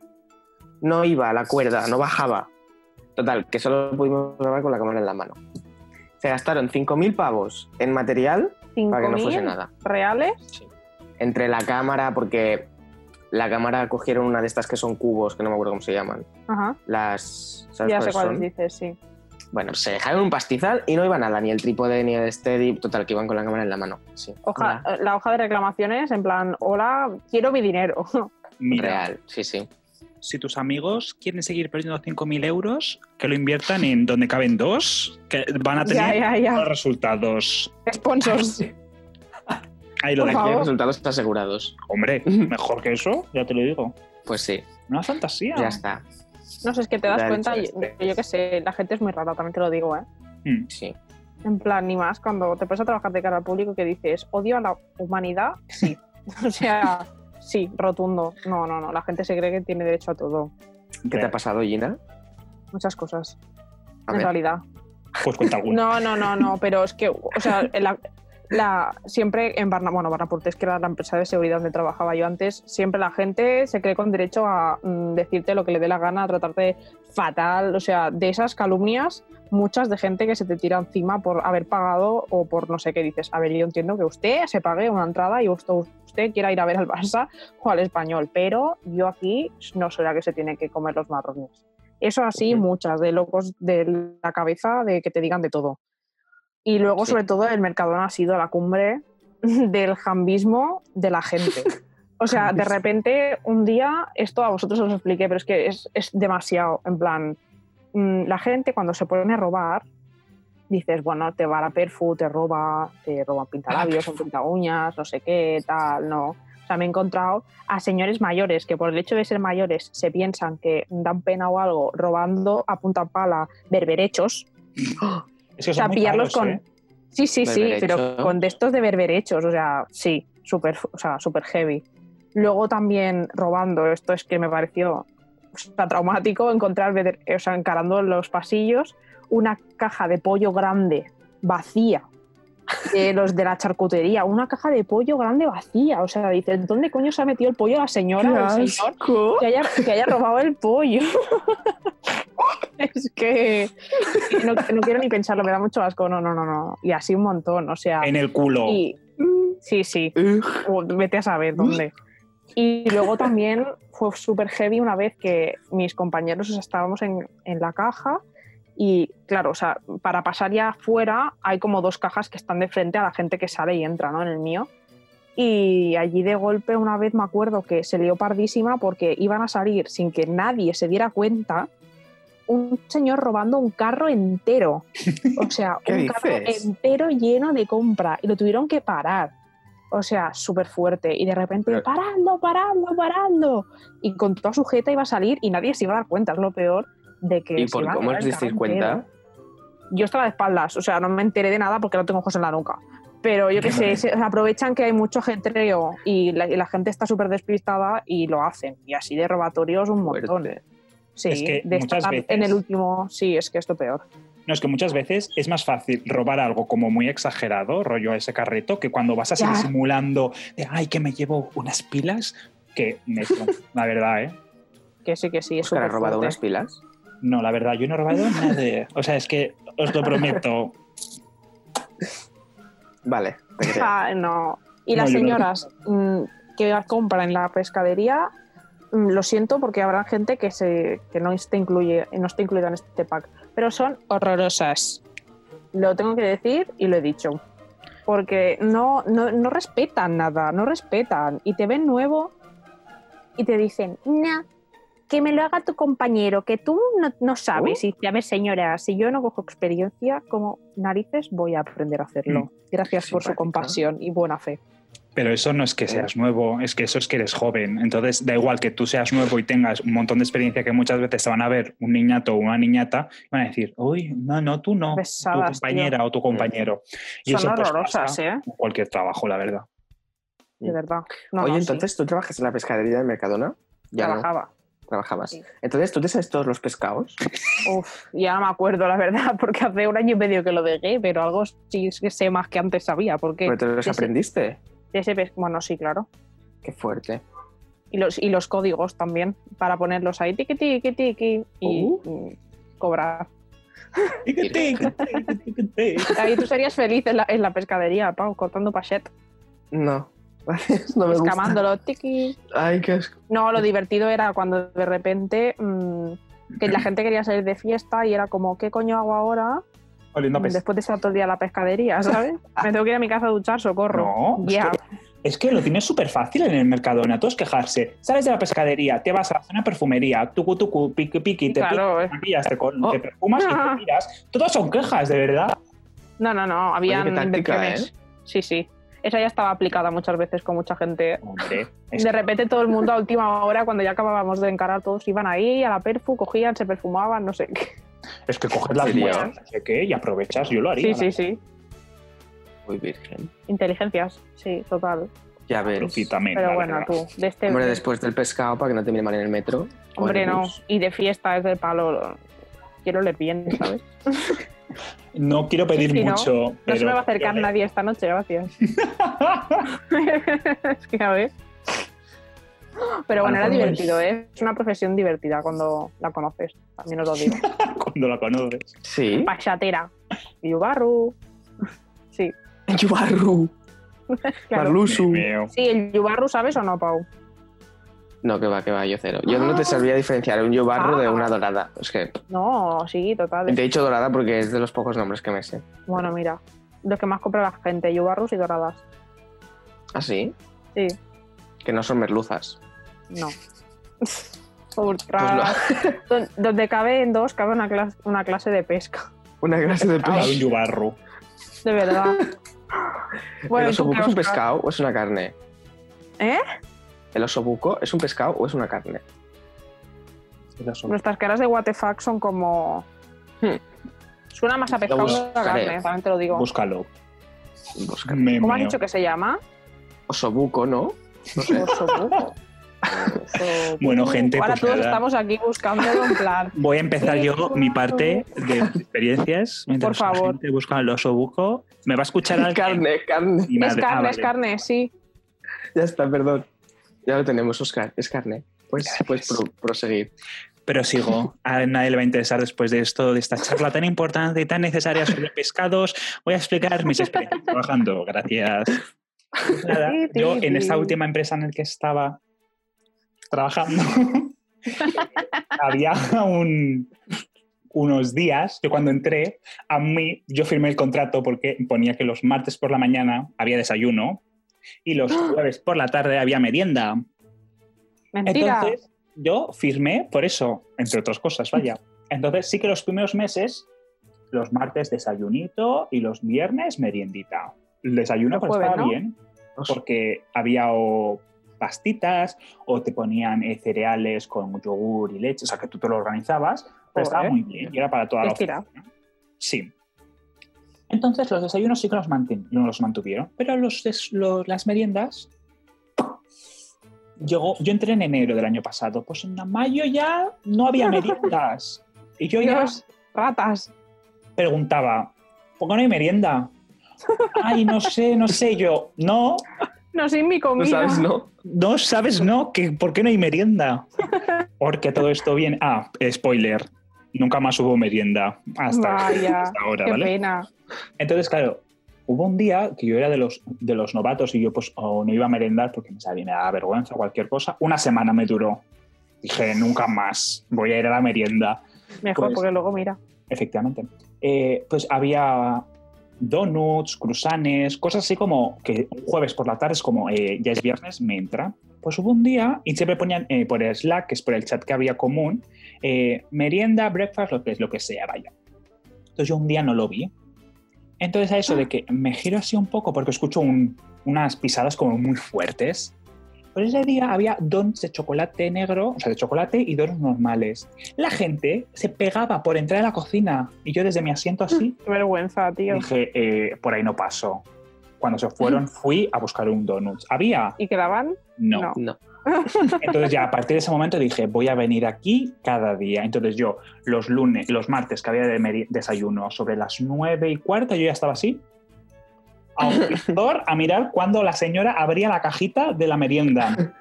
Speaker 5: no iba a la cuerda, no bajaba. Total, que solo pudimos grabar con la cámara en la mano. Se gastaron 5.000 pavos en material para que no fuese
Speaker 3: 5.000
Speaker 5: nada.
Speaker 3: reales.
Speaker 5: Entre la cámara, porque la cámara cogieron una de estas que son cubos, que no me acuerdo cómo se llaman.
Speaker 3: Ajá.
Speaker 5: Las... ¿sabes
Speaker 3: Ya sé
Speaker 5: cuáles son?
Speaker 3: cuáles dices, sí.
Speaker 5: Bueno, se dejaron un pastizal y no iba nada, ni el trípode, ni el steady. Total, que iban con la cámara en la mano. Sí.
Speaker 3: Hoja, eh, la hoja de reclamaciones, en plan, hola, quiero mi dinero.
Speaker 4: Mira,
Speaker 5: Real, sí, sí.
Speaker 4: si tus amigos quieren seguir perdiendo 5.000 euros, que lo inviertan en donde caben dos, que van a
Speaker 3: ya,
Speaker 4: tener
Speaker 3: ya, ya.
Speaker 4: los resultados.
Speaker 3: Sponsors.
Speaker 4: Ahí lo
Speaker 3: Por
Speaker 4: dejo.
Speaker 5: Aquí hay
Speaker 3: favor.
Speaker 5: resultados asegurados.
Speaker 4: Hombre, mejor que eso, ya te lo digo.
Speaker 5: Pues sí,
Speaker 4: Una fantasía.
Speaker 5: ya está.
Speaker 3: No sé, es que te das
Speaker 5: Ya he
Speaker 3: cuenta, yo,
Speaker 5: dicho este.
Speaker 3: yo qué sé, la gente es muy rara, también te lo digo, ¿eh?
Speaker 4: Mm.
Speaker 5: Sí.
Speaker 3: En plan, ni más, cuando te pones a trabajar de cara al público que dices, odio a la humanidad, sí. o sea, sí, rotundo. No, no, no, la gente se cree que tiene derecho a todo.
Speaker 5: ¿Qué te ha pasado, Gina?
Speaker 3: Muchas cosas,
Speaker 5: A
Speaker 3: en
Speaker 5: ver.
Speaker 3: realidad.
Speaker 4: Pues cuenta alguna.
Speaker 3: No, no, no, no, pero es que, o sea, en la, la- siempre en Barna, bueno, Barnaportes, que era la empresa de seguridad donde trabajaba yo antes, siempre la gente se cree con derecho a mm, decirte lo que le dé la gana, a tratarte fatal, o sea, de esas calumnias, muchas de gente que se te tira encima por haber pagado o por no sé qué dices. A ver, yo entiendo que usted se pague una entrada y usted, usted quiera ir a ver al Barça o al español, pero yo aquí no soy la que se tiene que comer los marrones. Eso así,
Speaker 5: Ujú.
Speaker 3: muchas, de locos de la cabeza, de que te digan de todo. Y luego,
Speaker 5: Sí.
Speaker 3: sobre todo, el Mercadona ha sido la cumbre del jambismo de la gente. O sea, de repente, un día, esto a vosotros os lo expliqué, pero es que es, es demasiado. En plan, mm, la gente cuando se pone a robar, dices, bueno, te va la perfu, te roba, te roban pintalabios o pinta uñas, no sé qué, tal, no. O sea, me he encontrado a señores mayores que por el hecho de ser mayores se piensan que dan pena o algo robando a punta pala berberechos.
Speaker 4: Es que
Speaker 3: O sea,
Speaker 4: son muy
Speaker 3: pillarlos
Speaker 4: caros,
Speaker 3: con-
Speaker 4: ¿eh?
Speaker 3: Sí, sí, sí,
Speaker 5: Berberecho.
Speaker 3: pero con de estos de berberechos, o sea, sí, súper o sea, super heavy. Luego también robando, esto es que me pareció o sea, traumático encontrar, beder- o sea, encarando los pasillos, una caja de pollo grande, vacía, de los de la charcutería, una caja de pollo grande vacía. O sea, dices, ¿dónde coño se ha metido el pollo la señora o el señor? que haya, que haya robado el pollo. es que no, no quiero ni pensarlo, me da mucho asco. No, no, no, no. Y así un montón, o sea.
Speaker 4: En el culo.
Speaker 3: y- sí, sí. O vete a saber dónde. Y luego también fue súper heavy una vez que mis compañeros o sea, estábamos en, en la caja y claro, o sea, para pasar ya afuera hay como dos cajas que están de frente a la gente que sale y entra, ¿no? En el mío. Y allí de golpe una vez me acuerdo que se lió pardísima porque iban a salir sin que nadie se diera cuenta un señor robando un carro entero. O sea,
Speaker 5: ¿Qué
Speaker 3: un carro
Speaker 5: dices?
Speaker 3: entero lleno de compra y lo tuvieron que parar. O sea, súper fuerte. Y de repente,
Speaker 5: Pero-
Speaker 3: paradlo, paradlo, paradlo. Y con toda su jeta iba a salir y nadie se iba a dar cuenta. Es lo peor de que.
Speaker 5: ¿Y
Speaker 3: se
Speaker 5: por
Speaker 3: iba a
Speaker 5: cómo
Speaker 3: robar
Speaker 5: os
Speaker 3: el
Speaker 5: disteis
Speaker 3: carro
Speaker 5: cuenta?
Speaker 3: entero. Yo estaba de espaldas, o sea, no me enteré de nada porque no tengo ojos en la nuca. Pero yo qué sé, se aprovechan que hay mucho ajetreo y la, y la gente está súper despistada y lo hacen. Y así de robatorios un montón.
Speaker 5: Fuerte.
Speaker 3: Sí,
Speaker 4: Es que
Speaker 3: de
Speaker 4: muchas
Speaker 3: estar
Speaker 4: veces-
Speaker 3: en el último, sí, es que es lo peor.
Speaker 4: No, es que muchas veces es más fácil robar algo como muy exagerado, rollo ese carreto, que cuando vas así
Speaker 3: Ya.
Speaker 4: simulando de, ay, que me llevo unas pilas, que eso, la verdad, ¿eh?
Speaker 3: Que sí, que sí, es súper
Speaker 5: Oscar ha robado unas
Speaker 3: fuerte.
Speaker 5: pilas.
Speaker 4: No, la verdad, yo no he robado nada. O sea, es que os lo prometo.
Speaker 5: Vale, te creo.
Speaker 3: Ah, no. Y
Speaker 4: No,
Speaker 3: las
Speaker 4: yo no.
Speaker 3: señoras mm, que compran en la pescadería, mm, lo siento porque habrá gente que se que no esté incluye, no esté incluida en este pack, pero son horrorosas. Lo tengo que decir y lo he dicho. Porque no, no, no respetan nada, no respetan. Y te ven nuevo y te dicen, no, que me lo haga tu compañero, que tú no, no
Speaker 4: ¿Oh?
Speaker 3: sabes. Y dice, a ver, señora, si yo no cojo experiencia, como narices voy a aprender a hacerlo.
Speaker 4: Mm.
Speaker 3: Gracias por su
Speaker 5: Simpático.
Speaker 3: compasión y buena fe.
Speaker 4: Pero eso no es que seas nuevo, es que eso es que eres joven. Entonces, da igual que tú seas nuevo y tengas un montón de experiencia que muchas veces te van a ver un niñato o una niñata y van a decir, uy, no, no, tú no, tu
Speaker 3: Pesadas,
Speaker 4: compañera o tu compañero. Y
Speaker 3: Son
Speaker 4: eso, pues,
Speaker 3: horrorosas,
Speaker 4: pasa
Speaker 3: ¿eh?
Speaker 4: en cualquier trabajo, la verdad.
Speaker 3: De verdad. No,
Speaker 5: Oye,
Speaker 3: no, sí.
Speaker 5: entonces tú trabajas en la pescadería de Mercadona. Ya no,
Speaker 3: Trabajaba.
Speaker 5: trabajabas.
Speaker 3: Sí.
Speaker 5: Entonces tú te sabes todos los pescados.
Speaker 3: Uf, ya no me acuerdo, la verdad, porque hace un año y medio que lo dejé, pero algo sí que sé más que antes sabía, porque
Speaker 5: pero te los
Speaker 3: sí, sí.
Speaker 5: aprendiste.
Speaker 3: de ese pes- bueno, sí, claro.
Speaker 5: Qué fuerte.
Speaker 3: Y los, y los códigos también, para ponerlos ahí, tiqui, tiqui, tiqui, y
Speaker 5: Uh.
Speaker 3: mm, cobrar. Ahí tú serías feliz en la, en la pescadería, Pau, cortando pachet,
Speaker 5: No. no me gusta.
Speaker 3: escamándolo, tiqui.
Speaker 5: Ay, qué asco.
Speaker 3: No, lo divertido era cuando de repente mm, que la gente quería salir de fiesta y era como, ¿qué coño hago ahora?
Speaker 4: Oliendo a pes-
Speaker 3: Después de estar todo el día en la pescadería, ¿sabes? Me tengo que ir a mi casa a duchar, socorro.
Speaker 4: No,
Speaker 3: Ya.
Speaker 4: es que lo tienes súper fácil en el Mercadona, tú es quejarse. Sales de la pescadería, te vas a la zona de perfumería, tucu tucu, piqui piqui, te
Speaker 3: Claro,
Speaker 4: pintas, te maquillas, te, col-
Speaker 5: Oh.
Speaker 4: te perfumas y te miras. Todas son quejas, de verdad.
Speaker 3: No, no, no, habían
Speaker 5: qué táctica,
Speaker 3: invenciones.
Speaker 4: ¿eh?
Speaker 3: Sí, sí. Esa ya estaba aplicada muchas veces con mucha gente.
Speaker 4: Hombre, es
Speaker 3: De repente todo el mundo a última hora, cuando ya acabábamos de encarar, todos iban ahí a la perfu, cogían, se perfumaban, no sé qué.
Speaker 4: Es que coges las
Speaker 5: Sería-
Speaker 4: muestras no sé qué, y aprovechas, yo lo haría.
Speaker 3: Sí, sí, sí.
Speaker 5: Muy virgen.
Speaker 3: Inteligencias, sí, total.
Speaker 5: Ya
Speaker 3: Pues
Speaker 5: ves.
Speaker 4: Profitamente.
Speaker 3: Pero
Speaker 4: la
Speaker 3: bueno,
Speaker 4: verdad.
Speaker 3: tú, de este...
Speaker 5: Hombre, después del pescado para que no te miren mal en el metro. o
Speaker 3: Hombre,
Speaker 5: en el
Speaker 3: no.
Speaker 5: bus.
Speaker 3: Y de fiesta es del palo. lo- Quiero leer bien, ¿sabes?
Speaker 4: No quiero pedir
Speaker 3: Sí, no.
Speaker 4: mucho.
Speaker 3: No
Speaker 4: pero eh.
Speaker 3: se me va a acercar
Speaker 4: yo le-
Speaker 3: nadie esta noche, gracias. es que a ver. Pero bueno,
Speaker 4: A
Speaker 3: era
Speaker 4: lo mejor no es-
Speaker 3: divertido, ¿eh? Es una profesión divertida cuando la conoces, también os lo digo.
Speaker 4: Cuando la conoces.
Speaker 5: Sí.
Speaker 3: Pachatera. Y Yubarru. Sí,
Speaker 5: Yubarru.
Speaker 3: claro.
Speaker 5: Marlusu.
Speaker 4: Dios mío.
Speaker 3: Sí, el Yubarru, ¿sabes o no, Pau?
Speaker 5: No, que va, que va, yo cero. Yo no
Speaker 3: Ah.
Speaker 5: te sabría diferenciar un yubarru de una dorada. Es que
Speaker 3: No, sí, total.
Speaker 5: te he dicho dorada porque es de los pocos nombres que me sé.
Speaker 3: Bueno, mira. Los que más compra la gente, Yubarrus y doradas.
Speaker 5: ¿Ah, sí?
Speaker 3: Sí,
Speaker 5: Que no son merluzas.
Speaker 3: no.
Speaker 5: Pues
Speaker 3: Ultra. Don- Donde cabe en dos, cabe una, clas- una clase de pesca.
Speaker 5: Una clase de
Speaker 4: Ahora un
Speaker 5: pez.
Speaker 4: yubarro.
Speaker 3: De verdad.
Speaker 5: ¿El
Speaker 3: ¿y tú
Speaker 5: osobuco
Speaker 3: qué,
Speaker 5: es un
Speaker 3: Óscar?
Speaker 5: pescado o es una carne?
Speaker 3: ¿Eh?
Speaker 5: ¿El osobuco es un pescado o es una carne?
Speaker 3: Nuestras caras de WTF son como.
Speaker 5: Hmm.
Speaker 3: Suena más a
Speaker 5: Lo
Speaker 3: pescado que a
Speaker 5: buscaré.
Speaker 3: carne, también te lo digo.
Speaker 4: Búscalo.
Speaker 5: Busca.
Speaker 4: Meme.
Speaker 3: ¿Cómo has dicho que se llama?
Speaker 5: Osobuco, ¿no? No sé.
Speaker 3: Osobuco. Osobuco.
Speaker 4: Bueno, gente,
Speaker 3: Ahora
Speaker 4: pues
Speaker 3: todos
Speaker 4: nada.
Speaker 3: estamos aquí buscándolo en plan.
Speaker 4: Voy a empezar yo mi parte de experiencias. Mientras
Speaker 3: Por favor.
Speaker 4: La gente busca el oso buco. Me va a escuchar alguien.
Speaker 5: Carne, carne.
Speaker 4: Mi
Speaker 3: Es
Speaker 4: madre- ah,
Speaker 3: carne, es
Speaker 4: vale.
Speaker 3: carne, sí.
Speaker 5: Ya está, perdón. Ya lo tenemos, Oscar. Es carne. Pues,
Speaker 4: Gracias.
Speaker 5: pues pro- proseguir.
Speaker 4: Pero sigo. A nadie le va a interesar después de esto, de esta charla tan importante y tan necesaria sobre pescados. Voy a explicar mis experiencias trabajando. Gracias. Pues nada,
Speaker 3: Ti, ti,
Speaker 4: yo en
Speaker 3: ti.
Speaker 4: esta última empresa en la que estaba trabajando, había un- unos días, yo cuando entré, a mí, yo firmé el contrato porque ponía que los martes por la mañana había desayuno y los jueves por la tarde había merienda.
Speaker 3: Mentira.
Speaker 4: Entonces, yo firmé por eso, entre otras cosas, vaya. Entonces, sí que los primeros meses, los martes desayunito y los viernes meriendita. El desayuno
Speaker 3: Los
Speaker 4: pues,
Speaker 3: jueves,
Speaker 4: estaba
Speaker 3: ¿no?
Speaker 4: bien, porque había o pastitas o te ponían eh, cereales con yogur y leche, o sea, que tú te lo organizabas, pero
Speaker 3: Joder.
Speaker 4: estaba muy bien y era para toda la
Speaker 3: Estira.
Speaker 4: oficina. Sí. Entonces, los desayunos sí que los, manten- no los mantuvieron, pero los des- los- las meriendas llegó, yo entré en enero del año pasado, pues en mayo ya no había meriendas. Y yo ya
Speaker 3: Dios, ratas.
Speaker 4: preguntaba, ¿por qué no hay merienda? Ay, no sé, no sé, yo, no,
Speaker 3: No sin mi
Speaker 5: ¿No
Speaker 3: comida.
Speaker 5: sabes, no?
Speaker 4: no sabes, no, que ¿por qué no hay merienda? Porque todo esto viene, ah, spoiler, nunca más hubo merienda hasta,
Speaker 3: Vaya,
Speaker 4: hasta ahora,
Speaker 3: Qué
Speaker 4: ¿vale?
Speaker 3: pena.
Speaker 4: Entonces, claro, hubo un día que yo era de los, de los novatos y yo pues o no iba a merendar porque me sabía, me daba vergüenza o cualquier cosa. Una semana me duró. Dije, nunca más, voy a ir a la merienda.
Speaker 3: Mejor,
Speaker 4: Pues-
Speaker 3: porque luego mira.
Speaker 4: Efectivamente. Eh, pues había donuts, cruzanes, cosas así como que un jueves por la tarde es como, eh, ya es viernes, me entra. Pues hubo un día, y siempre ponían eh, por el Slack, que es por el chat que había común, eh, merienda, breakfast, lo que, es, lo que sea, vaya. Entonces yo un día no lo vi. Entonces a eso de que me giro así un poco porque escucho un- unas pisadas como muy fuertes. Pero ese día había donuts de chocolate negro, o sea, de chocolate y donuts normales. La gente se pegaba por entrar a la cocina y yo desde mi asiento así
Speaker 3: Qué vergüenza, tío.
Speaker 4: dije, eh, por ahí no paso. Cuando se fueron fui a buscar un donut. ¿Había?
Speaker 3: ¿Y quedaban?
Speaker 4: No.
Speaker 3: No.
Speaker 5: No.
Speaker 4: Entonces ya a partir de ese momento dije, voy a venir aquí cada día. Entonces yo los lunes, los martes que había de meri- desayuno sobre las nueve y cuarto, yo ya estaba así. A un sector, a mirar cuando la señora abría la cajita de la merienda.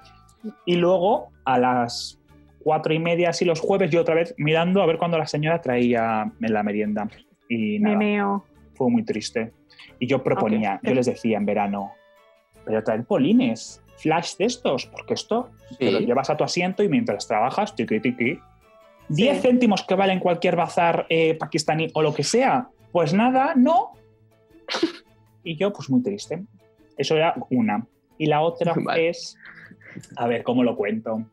Speaker 4: Y luego a las cuatro y media, así los jueves, yo otra vez mirando a ver cuando la señora traía la merienda. Y nada
Speaker 3: Meneo.
Speaker 4: fue muy triste. Y yo proponía, yo les decía en verano, pero traer polines, flash de estos, porque esto te lo
Speaker 5: Sí.
Speaker 4: llevas a tu asiento y mientras trabajas, tiqui, tiqui. 10 céntimos que valen cualquier bazar eh, pakistaní o lo que sea, pues nada, no. Y yo, pues muy triste. Eso era una. Y la otra
Speaker 5: Vale.
Speaker 4: es, a ver, ¿cómo lo cuento?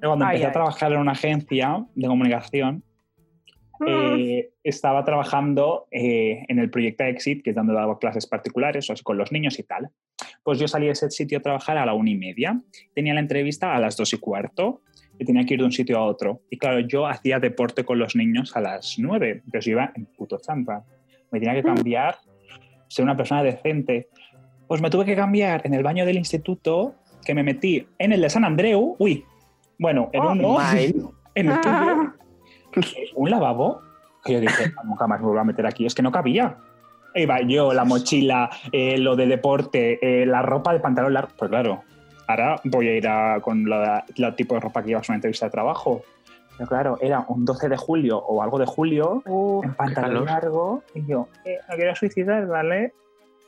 Speaker 4: Yo cuando
Speaker 3: Ay,
Speaker 4: empecé a
Speaker 3: ay.
Speaker 4: trabajar en una agencia de comunicación,
Speaker 3: Mm.
Speaker 4: eh, estaba trabajando eh, en el proyecto Exit, que es donde daba clases particulares, o sea, con los niños y tal. Pues yo salí de ese sitio a trabajar a la una y media, tenía la entrevista a las dos y cuarto y tenía que ir de un sitio a otro. Y claro, yo hacía deporte con los niños a las nueve, pero yo iba en puto champa. Me tenía que cambiar, ser una persona decente. Pues me tuve que cambiar en el baño del instituto, que me metí en el de San Andreu, uy, bueno, en
Speaker 3: Oh,
Speaker 4: uno,
Speaker 5: Vale.
Speaker 4: en el tuyo, un lavabo que yo dije, nunca más me vuelvo a meter aquí, es que no cabía. Iba yo, la mochila, eh, lo de deporte, eh, la ropa de pantalón largo. Pues claro, ahora voy a ir a- con la, la tipo de ropa que llevas a una entrevista de trabajo. Pero claro, era un 12 de julio o algo de julio,
Speaker 3: Uf,
Speaker 4: en pantalón
Speaker 5: calor.
Speaker 4: largo, y yo, eh, me quiero suicidar, ¿vale?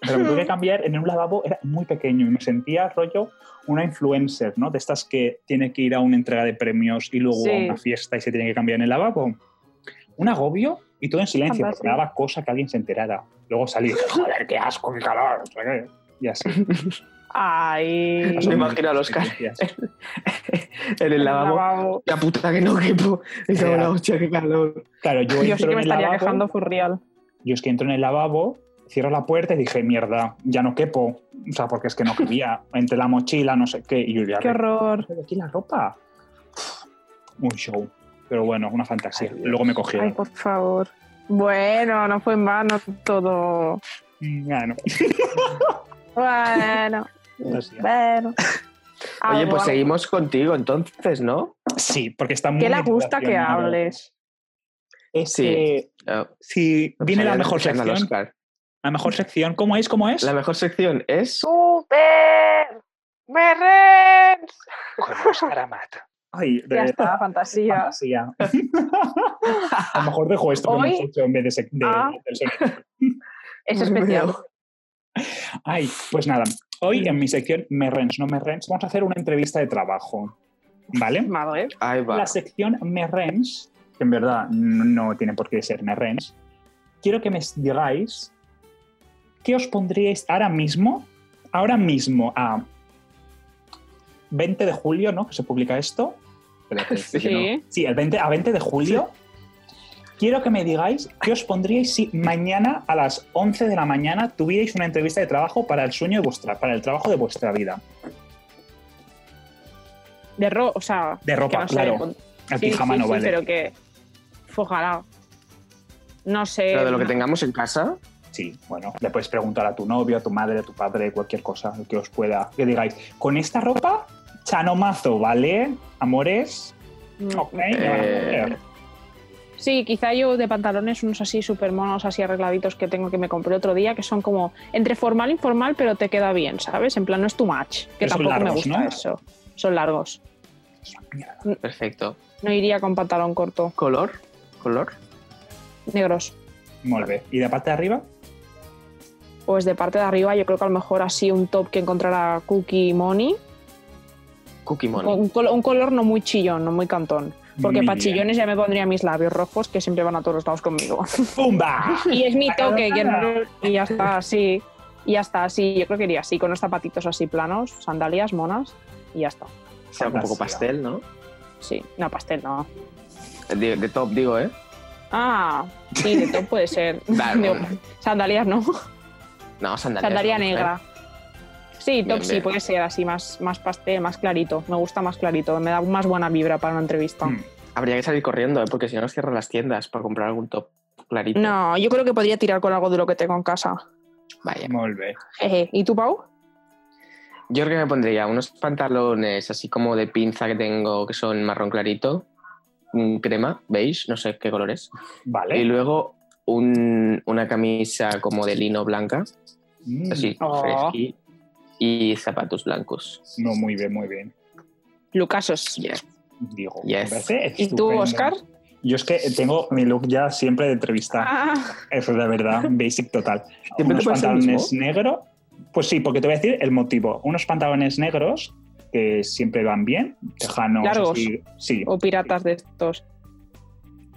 Speaker 4: Pero me tuve que cambiar en un lavabo, era muy pequeño y me sentía rollo una influencer, ¿no? De estas que tiene que ir a una entrega de premios y luego a
Speaker 3: Sí.
Speaker 4: una fiesta y se tiene que cambiar en el lavabo. Un agobio y todo en silencio,
Speaker 3: Fantástico.
Speaker 4: porque me daba cosa que alguien se enterara. Luego salí, joder, qué asco, qué calor. no sé qué. Y así.
Speaker 3: Ay.
Speaker 5: Me imagino a los caras.
Speaker 4: experiencias.
Speaker 5: en el lavabo.
Speaker 3: lavabo.
Speaker 5: La puta que no quepo. Me cago en la hostia, qué calor.
Speaker 4: Claro, yo,
Speaker 3: Yo
Speaker 4: entro
Speaker 3: sí que
Speaker 4: en
Speaker 3: me
Speaker 4: el
Speaker 3: estaría
Speaker 4: lavabo,
Speaker 3: quejando Furrial.
Speaker 4: Yo es que entro en el lavabo, cierro la puerta y dije, mierda, ya no quepo. O sea, porque es que no cabía. Entre la mochila, no sé qué. Y yo ya,
Speaker 3: Qué horror.
Speaker 4: "Joder, aquí la ropa. Un show. Pero bueno, una fantasía.
Speaker 5: Ay, Dios.
Speaker 4: Luego me cogió.
Speaker 3: Ay, por favor. Bueno, no fue en vano todo.
Speaker 4: Bueno,
Speaker 3: Bueno,
Speaker 4: así.
Speaker 3: bueno.
Speaker 5: Oye,
Speaker 3: Algo,
Speaker 5: pues
Speaker 3: algo.
Speaker 5: seguimos contigo entonces, ¿no?
Speaker 4: Sí, porque está muy.
Speaker 3: ¿Qué le gusta que
Speaker 4: relacionado.
Speaker 3: hables?
Speaker 4: Es
Speaker 5: Sí.
Speaker 4: que
Speaker 5: Ah,
Speaker 4: si viene la
Speaker 5: vamos a
Speaker 4: mejor
Speaker 5: escuchar al
Speaker 4: sección.
Speaker 5: Oscar.
Speaker 4: La mejor sección, ¿cómo es? ¿Cómo es?
Speaker 5: La mejor sección es.
Speaker 3: ¡Súper! ¡Berrens!
Speaker 4: Ay, de
Speaker 3: Ya
Speaker 4: verdad,
Speaker 3: está,
Speaker 5: Ah,
Speaker 3: fantasía.
Speaker 4: fantasía. A lo mejor dejo esto que
Speaker 3: Hoy-
Speaker 4: hemos hecho en vez de, sec- de-
Speaker 3: Ah.
Speaker 4: del sonido.
Speaker 3: Es especial.
Speaker 4: Ay, pues nada. Hoy en mi sección Merrens, no Merrens, vamos a hacer una entrevista de trabajo. ¿Vale?
Speaker 3: Madre.
Speaker 5: Ahí va.
Speaker 4: la sección Merrens, que en verdad no no tiene por qué ser Merrens, quiero que me digáis qué os pondríais ahora mismo, ahora mismo a 20 de julio, ¿no? Que se publica esto.
Speaker 5: Sí.
Speaker 3: Sí.
Speaker 4: Sí, el 20, a 20 de julio. Quiero que me digáis qué os pondríais si mañana a las 11 de la mañana tuvierais una entrevista de trabajo para el sueño de vuestra, para el trabajo de vuestra vida.
Speaker 3: De ro, o sea.
Speaker 4: De ropa,
Speaker 3: que no sé,
Speaker 4: claro.
Speaker 3: con-
Speaker 4: El
Speaker 3: sí,
Speaker 4: pijama
Speaker 3: sí,
Speaker 4: no
Speaker 3: sí,
Speaker 4: vale.
Speaker 3: Pero que. Ojalá. No sé.
Speaker 5: Pero de lo que
Speaker 3: una-
Speaker 5: tengamos en casa.
Speaker 4: Sí, bueno, le puedes preguntar a tu novio, a tu madre, a tu padre, cualquier cosa que os pueda, que digáis, con esta ropa, chanomazo, ¿vale? Amores, ok,
Speaker 3: Mm,
Speaker 4: me van a
Speaker 5: Eh,
Speaker 4: coger.
Speaker 3: Sí, quizá yo de pantalones unos así súper monos, así arregladitos que tengo que me compré otro día, que son como entre formal e informal, pero te queda bien, ¿sabes? En plan, no es too much, que
Speaker 4: Pero son
Speaker 3: tampoco me
Speaker 4: largos,
Speaker 3: gusta
Speaker 4: ¿no?
Speaker 3: eso. Son largos.
Speaker 5: Perfecto.
Speaker 3: No iría con pantalón corto,
Speaker 5: ¿Color? ¿Color?
Speaker 3: negros.
Speaker 4: Molt bé. ¿Y de parte de arriba?
Speaker 3: Pues de parte de arriba, yo creo que a lo mejor así un top que encontrara Cookie Money.
Speaker 5: Cookie Money.
Speaker 3: Un, colo- un color no muy chillón, no muy cantón. Porque
Speaker 4: Muy
Speaker 3: para
Speaker 4: bien.
Speaker 3: chillones ya me pondría mis labios rojos, que siempre van a todos los lados conmigo.
Speaker 4: ¡Pumba!
Speaker 3: Y es mi
Speaker 4: Acabó
Speaker 3: toque, que
Speaker 4: nada.
Speaker 3: no- y ya está así. Y ya está así. Yo creo que iría así, con unos zapatitos así planos, sandalias monas, y ya está.
Speaker 5: Será un poco pastel, ¿no?
Speaker 3: Sí, no, pastel no.
Speaker 5: De, de top, digo, ¿eh?
Speaker 3: Ah, sí, de top puede ser.
Speaker 5: Vale,
Speaker 3: Digo,
Speaker 5: vale.
Speaker 3: sandalias no,
Speaker 5: No, sandalia.
Speaker 3: sandalia negra. Sí, top
Speaker 5: Bien,
Speaker 3: sí,
Speaker 5: bien.
Speaker 3: puede ser así, más, más pastel, más clarito. Me gusta más clarito, me da más buena vibra para una entrevista.
Speaker 4: Mm.
Speaker 5: Habría que salir corriendo, ¿eh? porque si no nos cierran las tiendas para comprar algún top clarito.
Speaker 3: No, yo creo que podría tirar con algo de lo que tengo en casa.
Speaker 5: Vaya.
Speaker 4: Molt bé.
Speaker 3: Jeje. ¿Y tú, Pau?
Speaker 5: Yo creo que me pondría unos pantalones así como de pinza que tengo, que son marrón clarito, mm, crema, beige, no sé qué color es.
Speaker 4: Vale.
Speaker 5: Y luego un- una camisa como de lino blanca,
Speaker 4: Mm.
Speaker 5: así,
Speaker 3: Oh.
Speaker 5: fresqui, y zapatos blancos.
Speaker 4: No, muy bien, muy bien.
Speaker 3: Lucasos.
Speaker 5: Yes.
Speaker 4: Digo,
Speaker 5: Yes.
Speaker 4: me parece
Speaker 3: ¿Y tú,
Speaker 4: estupendo.
Speaker 3: Oscar?
Speaker 4: Yo es que tengo mi look ya siempre de entrevista.
Speaker 3: Ah,
Speaker 4: Eso de verdad, basic total.
Speaker 5: ¿Siempre te
Speaker 4: Unos
Speaker 5: pones el
Speaker 4: pantalones
Speaker 5: mismo?
Speaker 4: negros. Pues sí, porque te voy a decir el motivo. Unos pantalones negros que siempre van bien, tejanos.
Speaker 3: Largos.
Speaker 4: así, sí,
Speaker 3: o piratas de estos.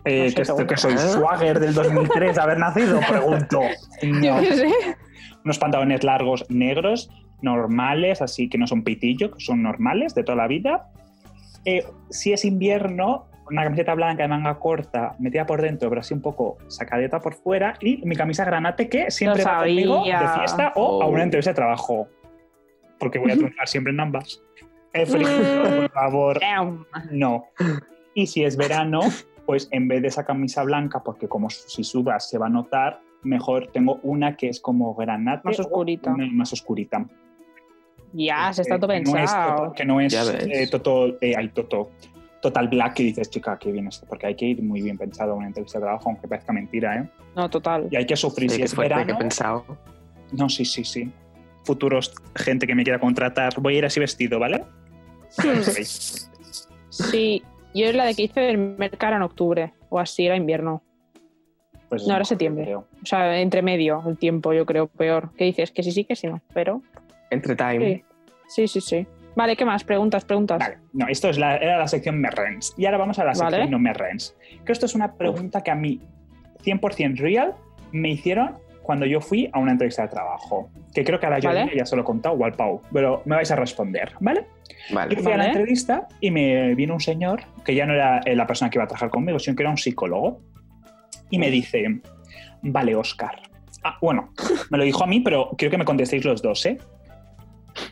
Speaker 4: Eh,
Speaker 3: No sé,
Speaker 4: que, esto-
Speaker 3: pregunta.
Speaker 4: que soy
Speaker 5: ¿Eh?
Speaker 4: swagger del 2003 de haber nacido, pregunto.
Speaker 3: Yo
Speaker 4: No.
Speaker 3: qué sé.
Speaker 4: Unos pantalones largos negros, normales, así que no son pitillo, que son normales de toda la vida. Eh, si es invierno, una camiseta blanca de manga corta, metida por dentro, pero así un poco sacadeta por fuera. Y mi camisa granate que siempre
Speaker 3: Lo
Speaker 4: va conmigo de
Speaker 3: sabía.
Speaker 4: fiesta o a
Speaker 5: Oh.
Speaker 4: una entrevista de trabajo. Porque voy a triunfar siempre en ambas. Eh, por favor.
Speaker 3: Damn.
Speaker 4: No. Y si es verano, pues en vez de esa camisa blanca, porque como si sudas se va a notar, mejor tengo una que es como granate.
Speaker 3: Más
Speaker 4: o
Speaker 3: oscurita.
Speaker 4: una más oscurita.
Speaker 3: Ya, se está
Speaker 4: Eh,
Speaker 3: todo
Speaker 4: que no es
Speaker 3: pensado.
Speaker 4: total- Que no es,
Speaker 5: Ya ves.
Speaker 4: eh, toto- eh, ay, toto- total black que dices, chica, qué bien esto, porque hay que ir muy bien pensado a una entrevista de trabajo, aunque parezca mentira, ¿eh?
Speaker 3: No, total.
Speaker 4: Y hay que sufrir
Speaker 5: Sí,
Speaker 4: si
Speaker 5: qué
Speaker 4: es
Speaker 5: fuerte, qué
Speaker 4: verano.
Speaker 5: pensado.
Speaker 4: No, sí, sí, sí. Futuros gente que me quiera contratar, voy a ir así vestido, ¿vale?
Speaker 3: Mm.
Speaker 4: Pues,
Speaker 3: Sí, yo es la de que hice el mercado era en octubre, o así era invierno.
Speaker 4: Pues
Speaker 3: No, ahora es septiembre.
Speaker 4: creo.
Speaker 3: O sea, entre medio el tiempo, yo creo, peor. ¿Qué dices? Que sí, sí, que sí, no. Pero
Speaker 5: Entre time.
Speaker 3: sí, sí, sí. sí. Vale, ¿qué más? Preguntas, preguntas.
Speaker 4: Vale, no, esto es la, era la sección Merrens. Y ahora vamos a la
Speaker 3: Vale.
Speaker 4: sección no Merrens. Que esto es una pregunta que a mí, 100% real, me hicieron cuando yo fui a una entrevista de trabajo. Que creo que a la
Speaker 3: Vale.
Speaker 4: Jordi ya se lo he contado, o al Pau, pero me vais a responder, ¿vale? Yo
Speaker 5: Vale.
Speaker 4: fui a la
Speaker 3: Vale.
Speaker 4: entrevista y me vino un señor, que ya no era eh, la persona que iba a trabajar conmigo, sino que era un psicólogo, y me dice, vale, Oscar. Ah, bueno, me lo dijo a mí, pero quiero que me contestéis los dos, ¿eh?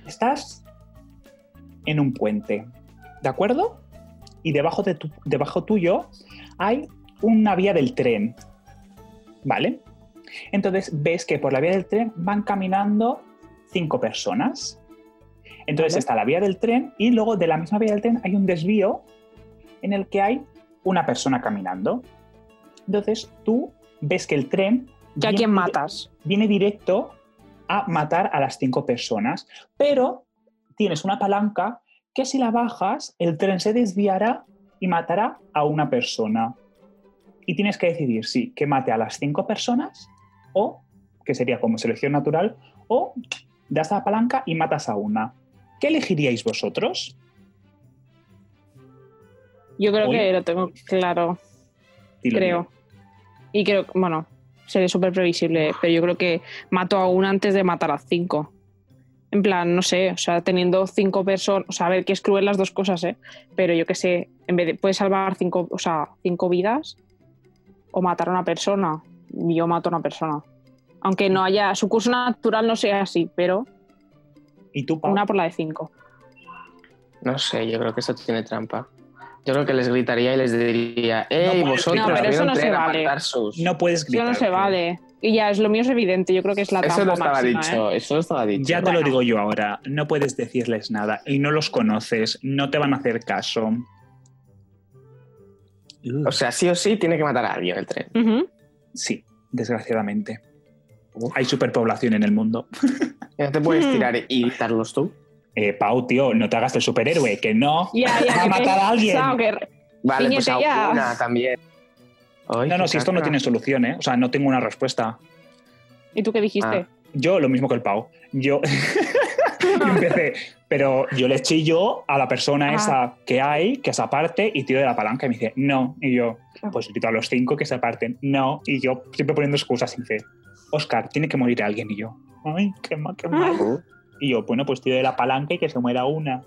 Speaker 4: Estás en un puente, ¿de acuerdo? Y debajo, de tu- debajo tuyo hay una vía del tren, ¿vale? Entonces ves que por la vía del tren van caminando cinco personas. Entonces
Speaker 3: Vale.
Speaker 4: está la vía del tren y luego de la misma vía del tren hay un desvío en el que hay una persona caminando. Entonces tú ves que el tren...
Speaker 3: ¿Que a
Speaker 4: viene
Speaker 3: quién
Speaker 4: dire-
Speaker 3: matas?
Speaker 4: Viene directo a matar a las cinco personas, pero tienes una palanca que si la bajas, el tren se desviará y matará a una persona. Y tienes que decidir si que mate a las cinco personas o, que sería como selección natural, o das la palanca y matas a una. ¿Qué elegiríais vosotros?
Speaker 3: Yo creo
Speaker 4: Uy.
Speaker 3: que lo tengo claro,
Speaker 4: Dilo,
Speaker 3: creo. Y creo, bueno, seré súper previsible, pero yo creo que mato a una antes de matar a cinco. En plan, no sé, o sea, teniendo cinco personas, o sea, a ver, que es cruel las dos cosas, ¿eh? Pero yo qué sé, en vez de, puedes salvar cinco, o sea, cinco vidas o matar a una persona. Yo mato a una persona. Aunque no haya, su curso natural no sea así, pero
Speaker 4: dilo. ¿Y tú, Pau?
Speaker 3: una por la de cinco.
Speaker 5: No sé, yo creo que eso tiene trampa. Yo creo que les gritaría y les diría, ¡Ey,
Speaker 4: puedes
Speaker 5: vosotros!
Speaker 4: gritar. No, pero
Speaker 5: voy a
Speaker 3: eso no se
Speaker 5: entrar a
Speaker 3: vale.
Speaker 5: matar sus".
Speaker 4: No puedes
Speaker 3: Eso
Speaker 4: gritar.
Speaker 3: no se
Speaker 4: creo.
Speaker 3: vale. Y ya, es lo mío es evidente, yo creo que es la
Speaker 5: Eso
Speaker 3: trampa
Speaker 5: no estaba
Speaker 3: máxima, ¿eh?
Speaker 5: dicho, eso no estaba dicho.
Speaker 4: Ya te
Speaker 3: Bueno.
Speaker 4: lo digo yo ahora, no puedes decirles nada y no los conoces, no te van a hacer caso.
Speaker 5: O sea, sí o sí tiene que matar a alguien el tren.
Speaker 3: ¿eh? Ujú.
Speaker 4: Sí, desgraciadamente. Hay superpoblación en el mundo.
Speaker 5: No te puedes
Speaker 3: Hmm.
Speaker 5: tirar y gritarlos tú.
Speaker 4: Eh, Pau, tío, no te hagas el superhéroe, que no.
Speaker 3: Ya, ya, Ah,
Speaker 4: Va a
Speaker 3: que
Speaker 4: matar a alguien.
Speaker 3: pensado que-
Speaker 5: Vale, pues
Speaker 3: Ciñete ya.
Speaker 5: a una también. Ay,
Speaker 4: No, no,
Speaker 5: qué
Speaker 4: si esto no
Speaker 5: caca.
Speaker 4: tiene solución, ¿eh? O sea, no tengo una respuesta.
Speaker 3: ¿Y tú qué
Speaker 5: Ah.
Speaker 3: dijiste?
Speaker 4: Yo, lo mismo que el Pau. Yo empecé, pero yo le chillo a la persona
Speaker 3: Ah.
Speaker 4: esa que hay, que se aparte, y tiro de la palanca y me dice, no. Y yo, pues grito a los cinco que se aparten, no. Y yo, siempre poniendo excusas, y me dice, Oscar, tiene que morir alguien. Y yo, ay, qué mal, qué mal.
Speaker 5: Uh,
Speaker 4: Y yo, bueno, pues tiro de la palanca y que se muera una.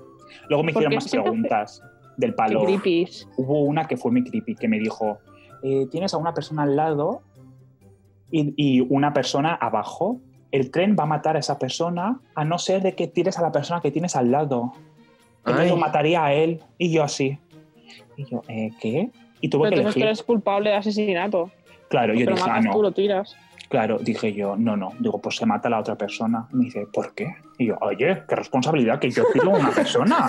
Speaker 4: Luego me hicieron
Speaker 3: Porque
Speaker 4: más
Speaker 3: siento que-
Speaker 4: preguntas del
Speaker 3: Qué
Speaker 4: palo.
Speaker 3: creepies.
Speaker 4: Hubo una que fue muy creepy, que me dijo, eh, tienes a una persona al lado y, y una persona abajo. El tren va a matar a esa persona a no ser de que tires a la persona que tienes al lado. Entonces
Speaker 5: Ay.
Speaker 4: lo mataría a él y yo así. Y yo, eh, ¿qué? Y tuve
Speaker 3: Pero
Speaker 4: que
Speaker 3: tú no
Speaker 4: elegir.
Speaker 3: eres culpable de asesinato.
Speaker 4: Claro, yo
Speaker 3: Pero
Speaker 4: dije, ah,
Speaker 3: matas
Speaker 4: no.
Speaker 3: tú, lo tiras.
Speaker 4: Claro, dije yo, no, no. Digo, pues se mata a la otra persona. Me dice, ¿por qué? Y yo, oye, qué responsabilidad que yo tiro a una persona.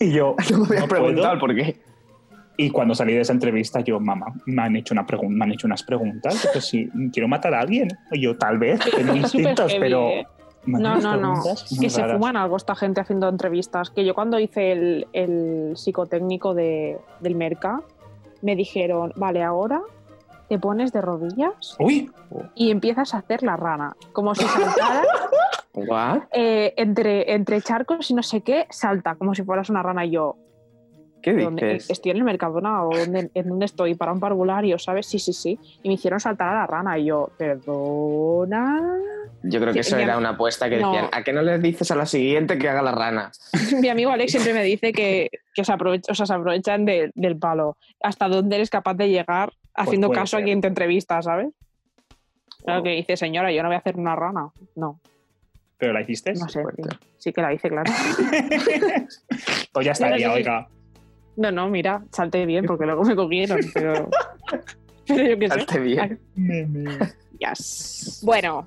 Speaker 4: Y yo,
Speaker 5: No me
Speaker 4: No
Speaker 5: había
Speaker 4: puedo.
Speaker 5: preguntado el por qué.
Speaker 4: y cuando salí de esa entrevista, yo, mamá, me han hecho, una pregun- me han hecho unas preguntas. Que pues, si quiero matar a alguien. Y yo, tal vez, tengo
Speaker 3: Es súper
Speaker 4: instintos,
Speaker 3: heavy,
Speaker 4: pero.
Speaker 3: ¿eh?
Speaker 4: me han
Speaker 3: No,
Speaker 4: hecho
Speaker 3: no, no.
Speaker 4: preguntas muy
Speaker 3: Que se
Speaker 4: raras.
Speaker 3: fuman algo esta gente haciendo entrevistas. Que yo cuando hice el, el psicotécnico de, del Merca, me dijeron, vale, ahora te pones de rodillas
Speaker 4: Uy,
Speaker 3: y empiezas a hacer la rana. Como si saltaras
Speaker 5: ¿What?
Speaker 3: eh, entre, entre charcos y no sé qué, salta, como si fueras una rana. Y yo,
Speaker 5: ¿Qué
Speaker 3: ¿dónde,
Speaker 5: dices?
Speaker 3: ¿estoy en el Mercadona o dónde, en dónde estoy? Para un parvulario, ¿sabes? Sí, sí, sí. Y me hicieron saltar a la rana. Y yo, perdona.
Speaker 5: Yo creo
Speaker 3: Sí,
Speaker 5: que eso
Speaker 3: ya-
Speaker 5: era una apuesta que
Speaker 3: no.
Speaker 5: decían, ¿a qué no le dices a la siguiente que haga la rana?
Speaker 3: Mi amigo Alex siempre me dice que, que se, aprovecha, o sea, se aprovechan de- del palo. Hasta dónde eres capaz de llegar
Speaker 5: Pues
Speaker 3: haciendo
Speaker 4: puede
Speaker 3: caso a
Speaker 4: ser.
Speaker 3: quien te entrevista, ¿sabes? Claro que dice, señora, yo no voy a hacer una rana. No,
Speaker 4: ¿pero la hiciste?
Speaker 3: no sé.
Speaker 5: fuerte.
Speaker 3: sí. Sí que la hice, claro.
Speaker 4: pues ya
Speaker 3: No,
Speaker 4: estaría,
Speaker 3: no, no.
Speaker 4: oiga.
Speaker 3: No, no, mira, salté bien porque luego me cogieron, pero... Pero yo qué sé.
Speaker 5: Salte bien.
Speaker 4: Me- me-
Speaker 3: Yes. Bueno,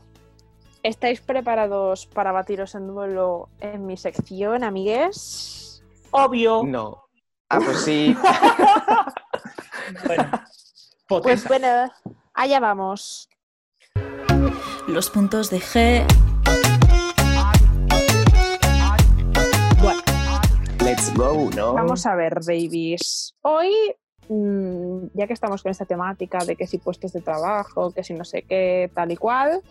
Speaker 3: ¿estáis preparados para batiros en duelo en mi sección, amigues? Obvio.
Speaker 5: No. Ah, pues sí.
Speaker 4: Bueno,
Speaker 3: Pues
Speaker 4: potestad.
Speaker 3: bueno, allá vamos.
Speaker 6: Los puntos de G.
Speaker 3: Bueno,
Speaker 5: Let's go, ¿no?
Speaker 3: vamos a ver, babies. Hoy, mm, ya que estamos con esta temática de que si puestos de trabajo, que si no sé qué, tal y cual,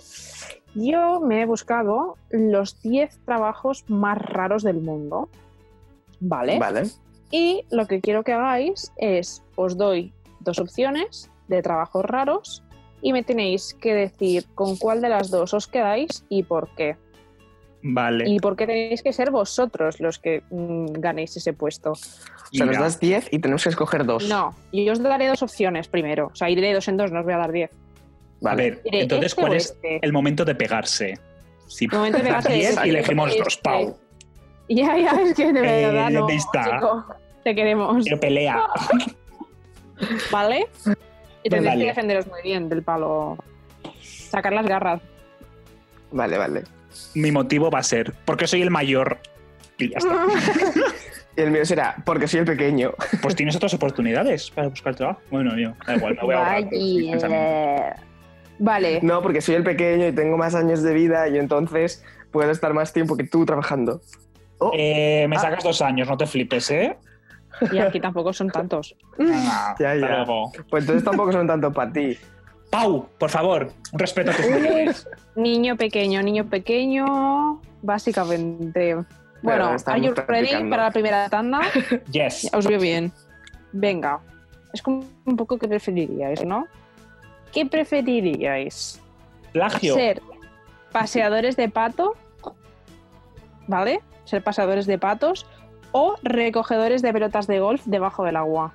Speaker 3: yo me he buscado los 10 trabajos más raros del mundo. ¿Vale?
Speaker 5: Vale.
Speaker 3: Y lo que quiero que hagáis es, os doy dos opciones de trabajos raros y me tenéis que decir con cuál de las dos os quedáis y por qué.
Speaker 4: Vale.
Speaker 3: Y por qué tenéis que ser vosotros los que mm, ganéis ese puesto.
Speaker 5: O sea, nos
Speaker 4: Mira.
Speaker 5: das 10 y tenemos que escoger dos.
Speaker 3: No, yo os daré dos opciones primero. O sea, iré dos en dos, no os voy a dar diez.
Speaker 4: A
Speaker 5: Vale.
Speaker 4: ver,
Speaker 3: Diré
Speaker 4: entonces,
Speaker 3: este
Speaker 4: ¿cuál
Speaker 3: o
Speaker 4: es
Speaker 3: este.
Speaker 4: el momento de pegarse? Si
Speaker 3: El momento de pegarse
Speaker 4: diez
Speaker 5: es
Speaker 4: y elegimos
Speaker 3: este.
Speaker 4: dos, Pau.
Speaker 3: Ya, ya, es que de
Speaker 4: Eh,
Speaker 3: verdad no,
Speaker 4: ¿dónde está?
Speaker 3: chico, te queremos.
Speaker 4: Pero pelea.
Speaker 3: Ah. ¿Vale? Y tendréis
Speaker 4: Vale.
Speaker 3: que defenderos muy bien del palo. Sacar las garras.
Speaker 5: Vale, vale.
Speaker 4: Mi motivo va a ser porque soy el mayor. Y ya está.
Speaker 5: Y el mío será, porque soy el pequeño.
Speaker 4: Pues tienes otras oportunidades para buscar trabajo. Bueno, yo, da igual, me voy a ahorrar
Speaker 3: Vaya.
Speaker 4: mis pensamientos.
Speaker 3: Vale,
Speaker 5: No, porque soy el pequeño y tengo más años de vida y entonces puedo estar más tiempo que tú trabajando. Oh,
Speaker 4: Eh, me sacas dos años, no te flipes, ¿eh?
Speaker 3: y aquí tampoco son tantos.
Speaker 4: Venga,
Speaker 5: Ya, ya.
Speaker 4: hasta luego.
Speaker 5: Pues entonces tampoco son tanto para ti.
Speaker 4: Pau, por favor, un respeto a tus mayores.
Speaker 3: Niño pequeño, niño pequeño, básicamente. Bueno,
Speaker 5: estamos
Speaker 3: ¿are you ready
Speaker 5: practicando.
Speaker 3: para la primera tanda?
Speaker 4: Yes.
Speaker 3: Os veo bien. Venga, es como un poco que preferiríais, ¿no? ¿Qué preferiríais?
Speaker 4: Plagio.
Speaker 3: Ser paseadores de pato, ¿vale? Ser paseadores de patos o recogedores de pelotas de golf debajo del agua.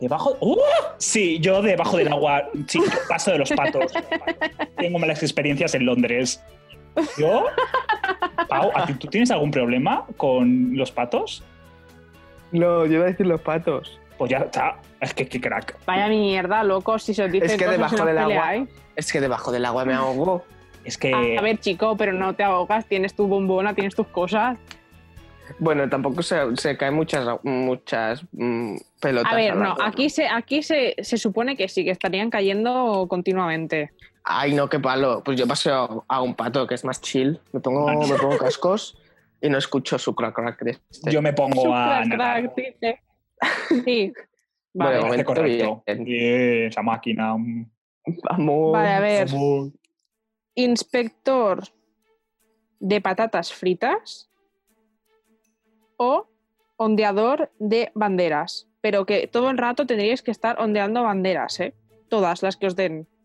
Speaker 4: Debajo. ¡Uh! Sí, yo debajo del agua. Sí, paso de los patos. Tengo malas experiencias en Londres. ¿Yo? Pau, ¿a ti- ¿tú tienes algún problema con los patos?
Speaker 5: No, yo iba a decir los patos.
Speaker 4: Pues ya está. Es que qué crack.
Speaker 3: Vaya mierda, loco, si se os dice
Speaker 5: Es que
Speaker 3: cosas
Speaker 5: debajo
Speaker 3: en la
Speaker 5: del
Speaker 3: pelea,
Speaker 5: agua-
Speaker 3: ¿eh?
Speaker 5: Es que debajo del agua me ahogo.
Speaker 4: Es que.
Speaker 3: Ah, A ver, chico, pero no te ahogas, tienes tu bombona, tienes tus cosas.
Speaker 5: Bueno, tampoco se, se caen muchas, muchas mm, pelotas.
Speaker 3: A ver,
Speaker 5: al
Speaker 3: no,
Speaker 5: agua.
Speaker 3: aquí se, aquí se, se supone que sí, que estarían cayendo continuamente.
Speaker 5: Ay, no, qué palo. Pues yo paseo a un pato que es más chill. Me pongo, me pongo cascos y no escucho su crack crack de este.
Speaker 4: Yo me pongo a.
Speaker 3: Crack,
Speaker 4: nadar.
Speaker 3: crack, dice. Sí.
Speaker 4: Me
Speaker 3: Vale,
Speaker 5: Bueno,
Speaker 4: parece correcto.
Speaker 5: Este Bien.
Speaker 4: Bien, esa máquina. mm,
Speaker 5: Vamos.
Speaker 3: vale, a ver.
Speaker 4: como-
Speaker 3: Inspector de patatas fritas o ondeador de banderas. Pero que todo el rato tendríais que estar ondeando banderas, ¿eh? Todas las que os den.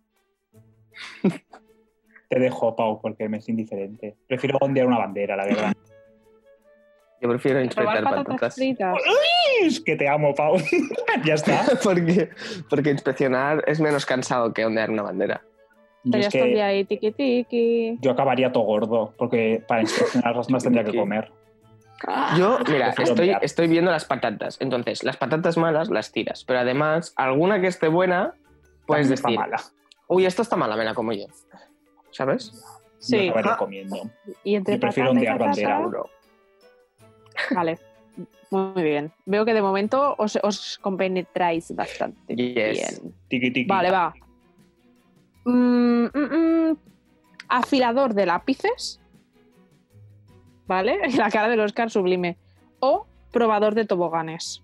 Speaker 4: Te dejo, Pau, porque me es indiferente. Prefiero ondear una bandera, la verdad.
Speaker 5: Yo prefiero inspectar
Speaker 3: Probar patatas
Speaker 5: patatas.
Speaker 3: fritas.
Speaker 4: Es que te amo, Pau. ya está.
Speaker 5: porque, porque inspeccionar es menos cansado que ondear una bandera.
Speaker 4: Yo, es
Speaker 3: Estarías todo el día
Speaker 4: que
Speaker 3: ahí tiki tiki.
Speaker 4: yo acabaría todo gordo, porque para inspeccionar las más tendría que comer.
Speaker 5: Yo,
Speaker 3: Ah.
Speaker 5: mira,
Speaker 4: Prefiero
Speaker 5: estoy,
Speaker 4: ondear.
Speaker 5: estoy viendo las patatas. Entonces, las patatas malas las tiras. Pero además, alguna que esté buena, puedes
Speaker 4: También está
Speaker 5: decir,
Speaker 4: mala.
Speaker 5: uy, esta está mala, me la como yo. ¿Sabes?
Speaker 4: Sí.
Speaker 3: Sí.
Speaker 4: acabaría
Speaker 5: Ah.
Speaker 4: comiendo.
Speaker 3: Y entre
Speaker 4: Yo prefiero
Speaker 3: patata y
Speaker 4: ondear
Speaker 3: patata-
Speaker 4: bandera.
Speaker 5: Seguro.
Speaker 3: Vale. Muy bien. Veo que de momento os, os compenetráis bastante
Speaker 5: Yes.
Speaker 3: bien.
Speaker 4: Tiki, tiki.
Speaker 3: Vale, va. Mm, mm, mm. Afilador de lápices. ¿Vale? La cara del Oscar sublime. O probador de toboganes.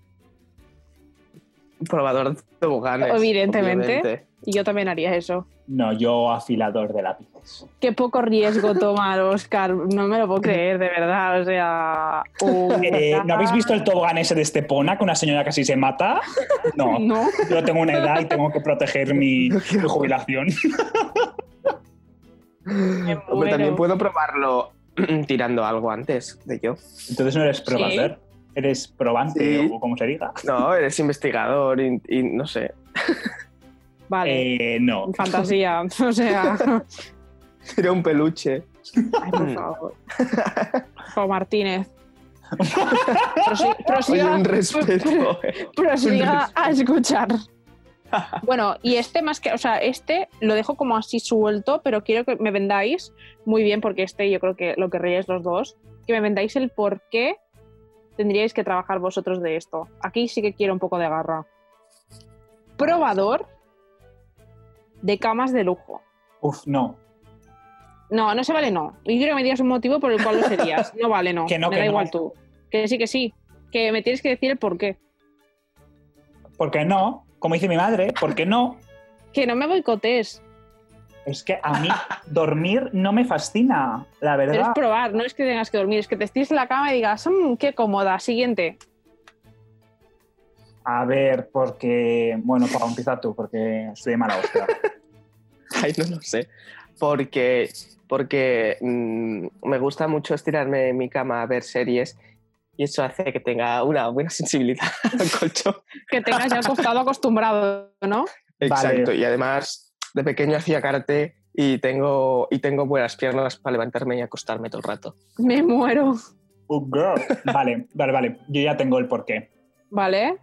Speaker 5: Probador de toboganes.
Speaker 3: Evidentemente. Y yo también haría eso.
Speaker 4: No, yo afilador de lápices.
Speaker 3: Qué poco riesgo tomar, Oscar. No me lo puedo creer, de verdad. O sea. uh,
Speaker 4: Eh, ¿No habéis
Speaker 3: hola.
Speaker 4: visto el tobogán ese de Estepona que una señora casi se mata? No.
Speaker 3: No.
Speaker 4: Yo tengo una edad y tengo que proteger mi, mi jubilación.
Speaker 3: me
Speaker 5: Hombre,
Speaker 3: muero.
Speaker 5: también puedo probarlo tirando algo antes de yo.
Speaker 4: Entonces no eres probador, eres probante
Speaker 5: Sí.
Speaker 4: o como se diga.
Speaker 5: No, eres investigador y, y no sé.
Speaker 3: Vale.
Speaker 4: Eh, no.
Speaker 3: Fantasía. O sea.
Speaker 5: Tira un peluche.
Speaker 3: Ay, por favor. Pau Martínez. Prosi-
Speaker 5: Oye,
Speaker 3: prosiga,
Speaker 5: un respeto. eh.
Speaker 3: prosiga a escuchar. Bueno, y este más que, o sea, este lo dejo como así suelto, pero quiero que me vendáis muy bien, porque este yo creo que lo querríais los dos, que me vendáis el por qué tendríais que trabajar vosotros de esto. Aquí sí que quiero un poco de garra. Probador de camas de lujo.
Speaker 4: Uf, no.
Speaker 3: No, no se vale no. Yo quiero que me digas un motivo por el cual lo serías. No vale no.
Speaker 4: Que no,
Speaker 3: me
Speaker 4: que
Speaker 3: da
Speaker 4: no.
Speaker 3: igual tú. Que sí, que sí. Que me tienes que decir el por qué.
Speaker 4: ¿Por qué no? Como dice mi madre, ¿por qué no?
Speaker 3: Que no me boicotes.
Speaker 4: Es que a mí dormir no me fascina, la
Speaker 3: Pero es
Speaker 4: verdad.
Speaker 3: probar, no es que tengas que dormir. Es que te estés en la cama y digas, "Mm, qué cómoda. Siguiente.
Speaker 4: A ver, porque. Bueno, para empieza tú, porque estoy de mala hostia.
Speaker 5: Ay, no lo sé. Porque, porque mm, me gusta mucho estirarme en mi cama a ver series y eso hace que tenga una buena sensibilidad al colchón.
Speaker 3: Que tengas ya el costado acostumbrado, ¿no?
Speaker 5: Exacto. Y además, de pequeño hacía karate y tengo, y tengo buenas piernas para levantarme y acostarme todo el rato.
Speaker 3: Me muero.
Speaker 4: Oh, girl. Vale, vale, vale. Yo ya tengo el porqué.
Speaker 3: ¿Vale?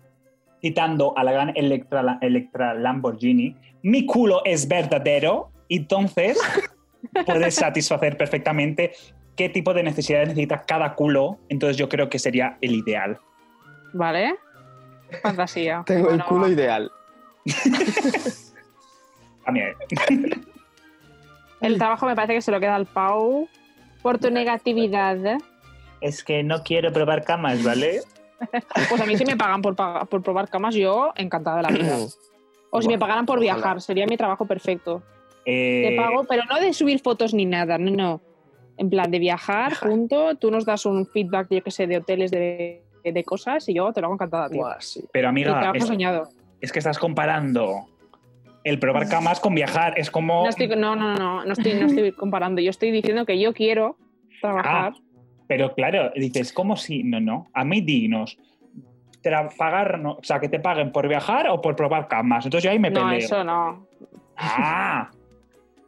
Speaker 4: citando a la gran Electra, Electra Lamborghini, mi culo es verdadero, entonces puedes satisfacer perfectamente qué tipo de necesidades necesita cada culo, entonces yo creo que sería el ideal.
Speaker 3: ¿Vale? Fantasía.
Speaker 5: Tengo
Speaker 3: Bueno,
Speaker 5: el culo
Speaker 3: va.
Speaker 5: ideal.
Speaker 4: También.
Speaker 3: El trabajo me parece que se lo queda al Pau por tu negatividad.
Speaker 4: Es que no quiero probar camas, ¿vale?
Speaker 3: Pues a mí si me pagan por, paga- por probar camas, yo encantada de la vida.
Speaker 5: Mm.
Speaker 3: O si me
Speaker 5: Bueno,
Speaker 3: pagaran por
Speaker 5: ojalá.
Speaker 3: viajar, sería mi trabajo perfecto.
Speaker 4: Eh,
Speaker 3: Te pago, pero no de subir fotos ni nada, no, no. En plan, de viajar junto, tú nos das un feedback, yo que sé, de hoteles, de, de cosas, y yo te lo hago encantada, tío.
Speaker 5: Buah, sí.
Speaker 4: Pero
Speaker 3: Mi
Speaker 4: amiga,
Speaker 3: trabajo
Speaker 4: es,
Speaker 3: soñado.
Speaker 4: es que estás comparando el probar camas con viajar, es como...
Speaker 3: No, estoy, no, no, no, no estoy, no estoy comparando. Yo estoy diciendo que yo quiero trabajar.
Speaker 4: Ah, Pero claro, dices, ¿cómo si? No, no. A mí dinos. tra- Pagar, no- o sea, que te paguen por viajar o por probar camas. Entonces yo ahí me peleo.
Speaker 3: no, eso no.
Speaker 4: Ah,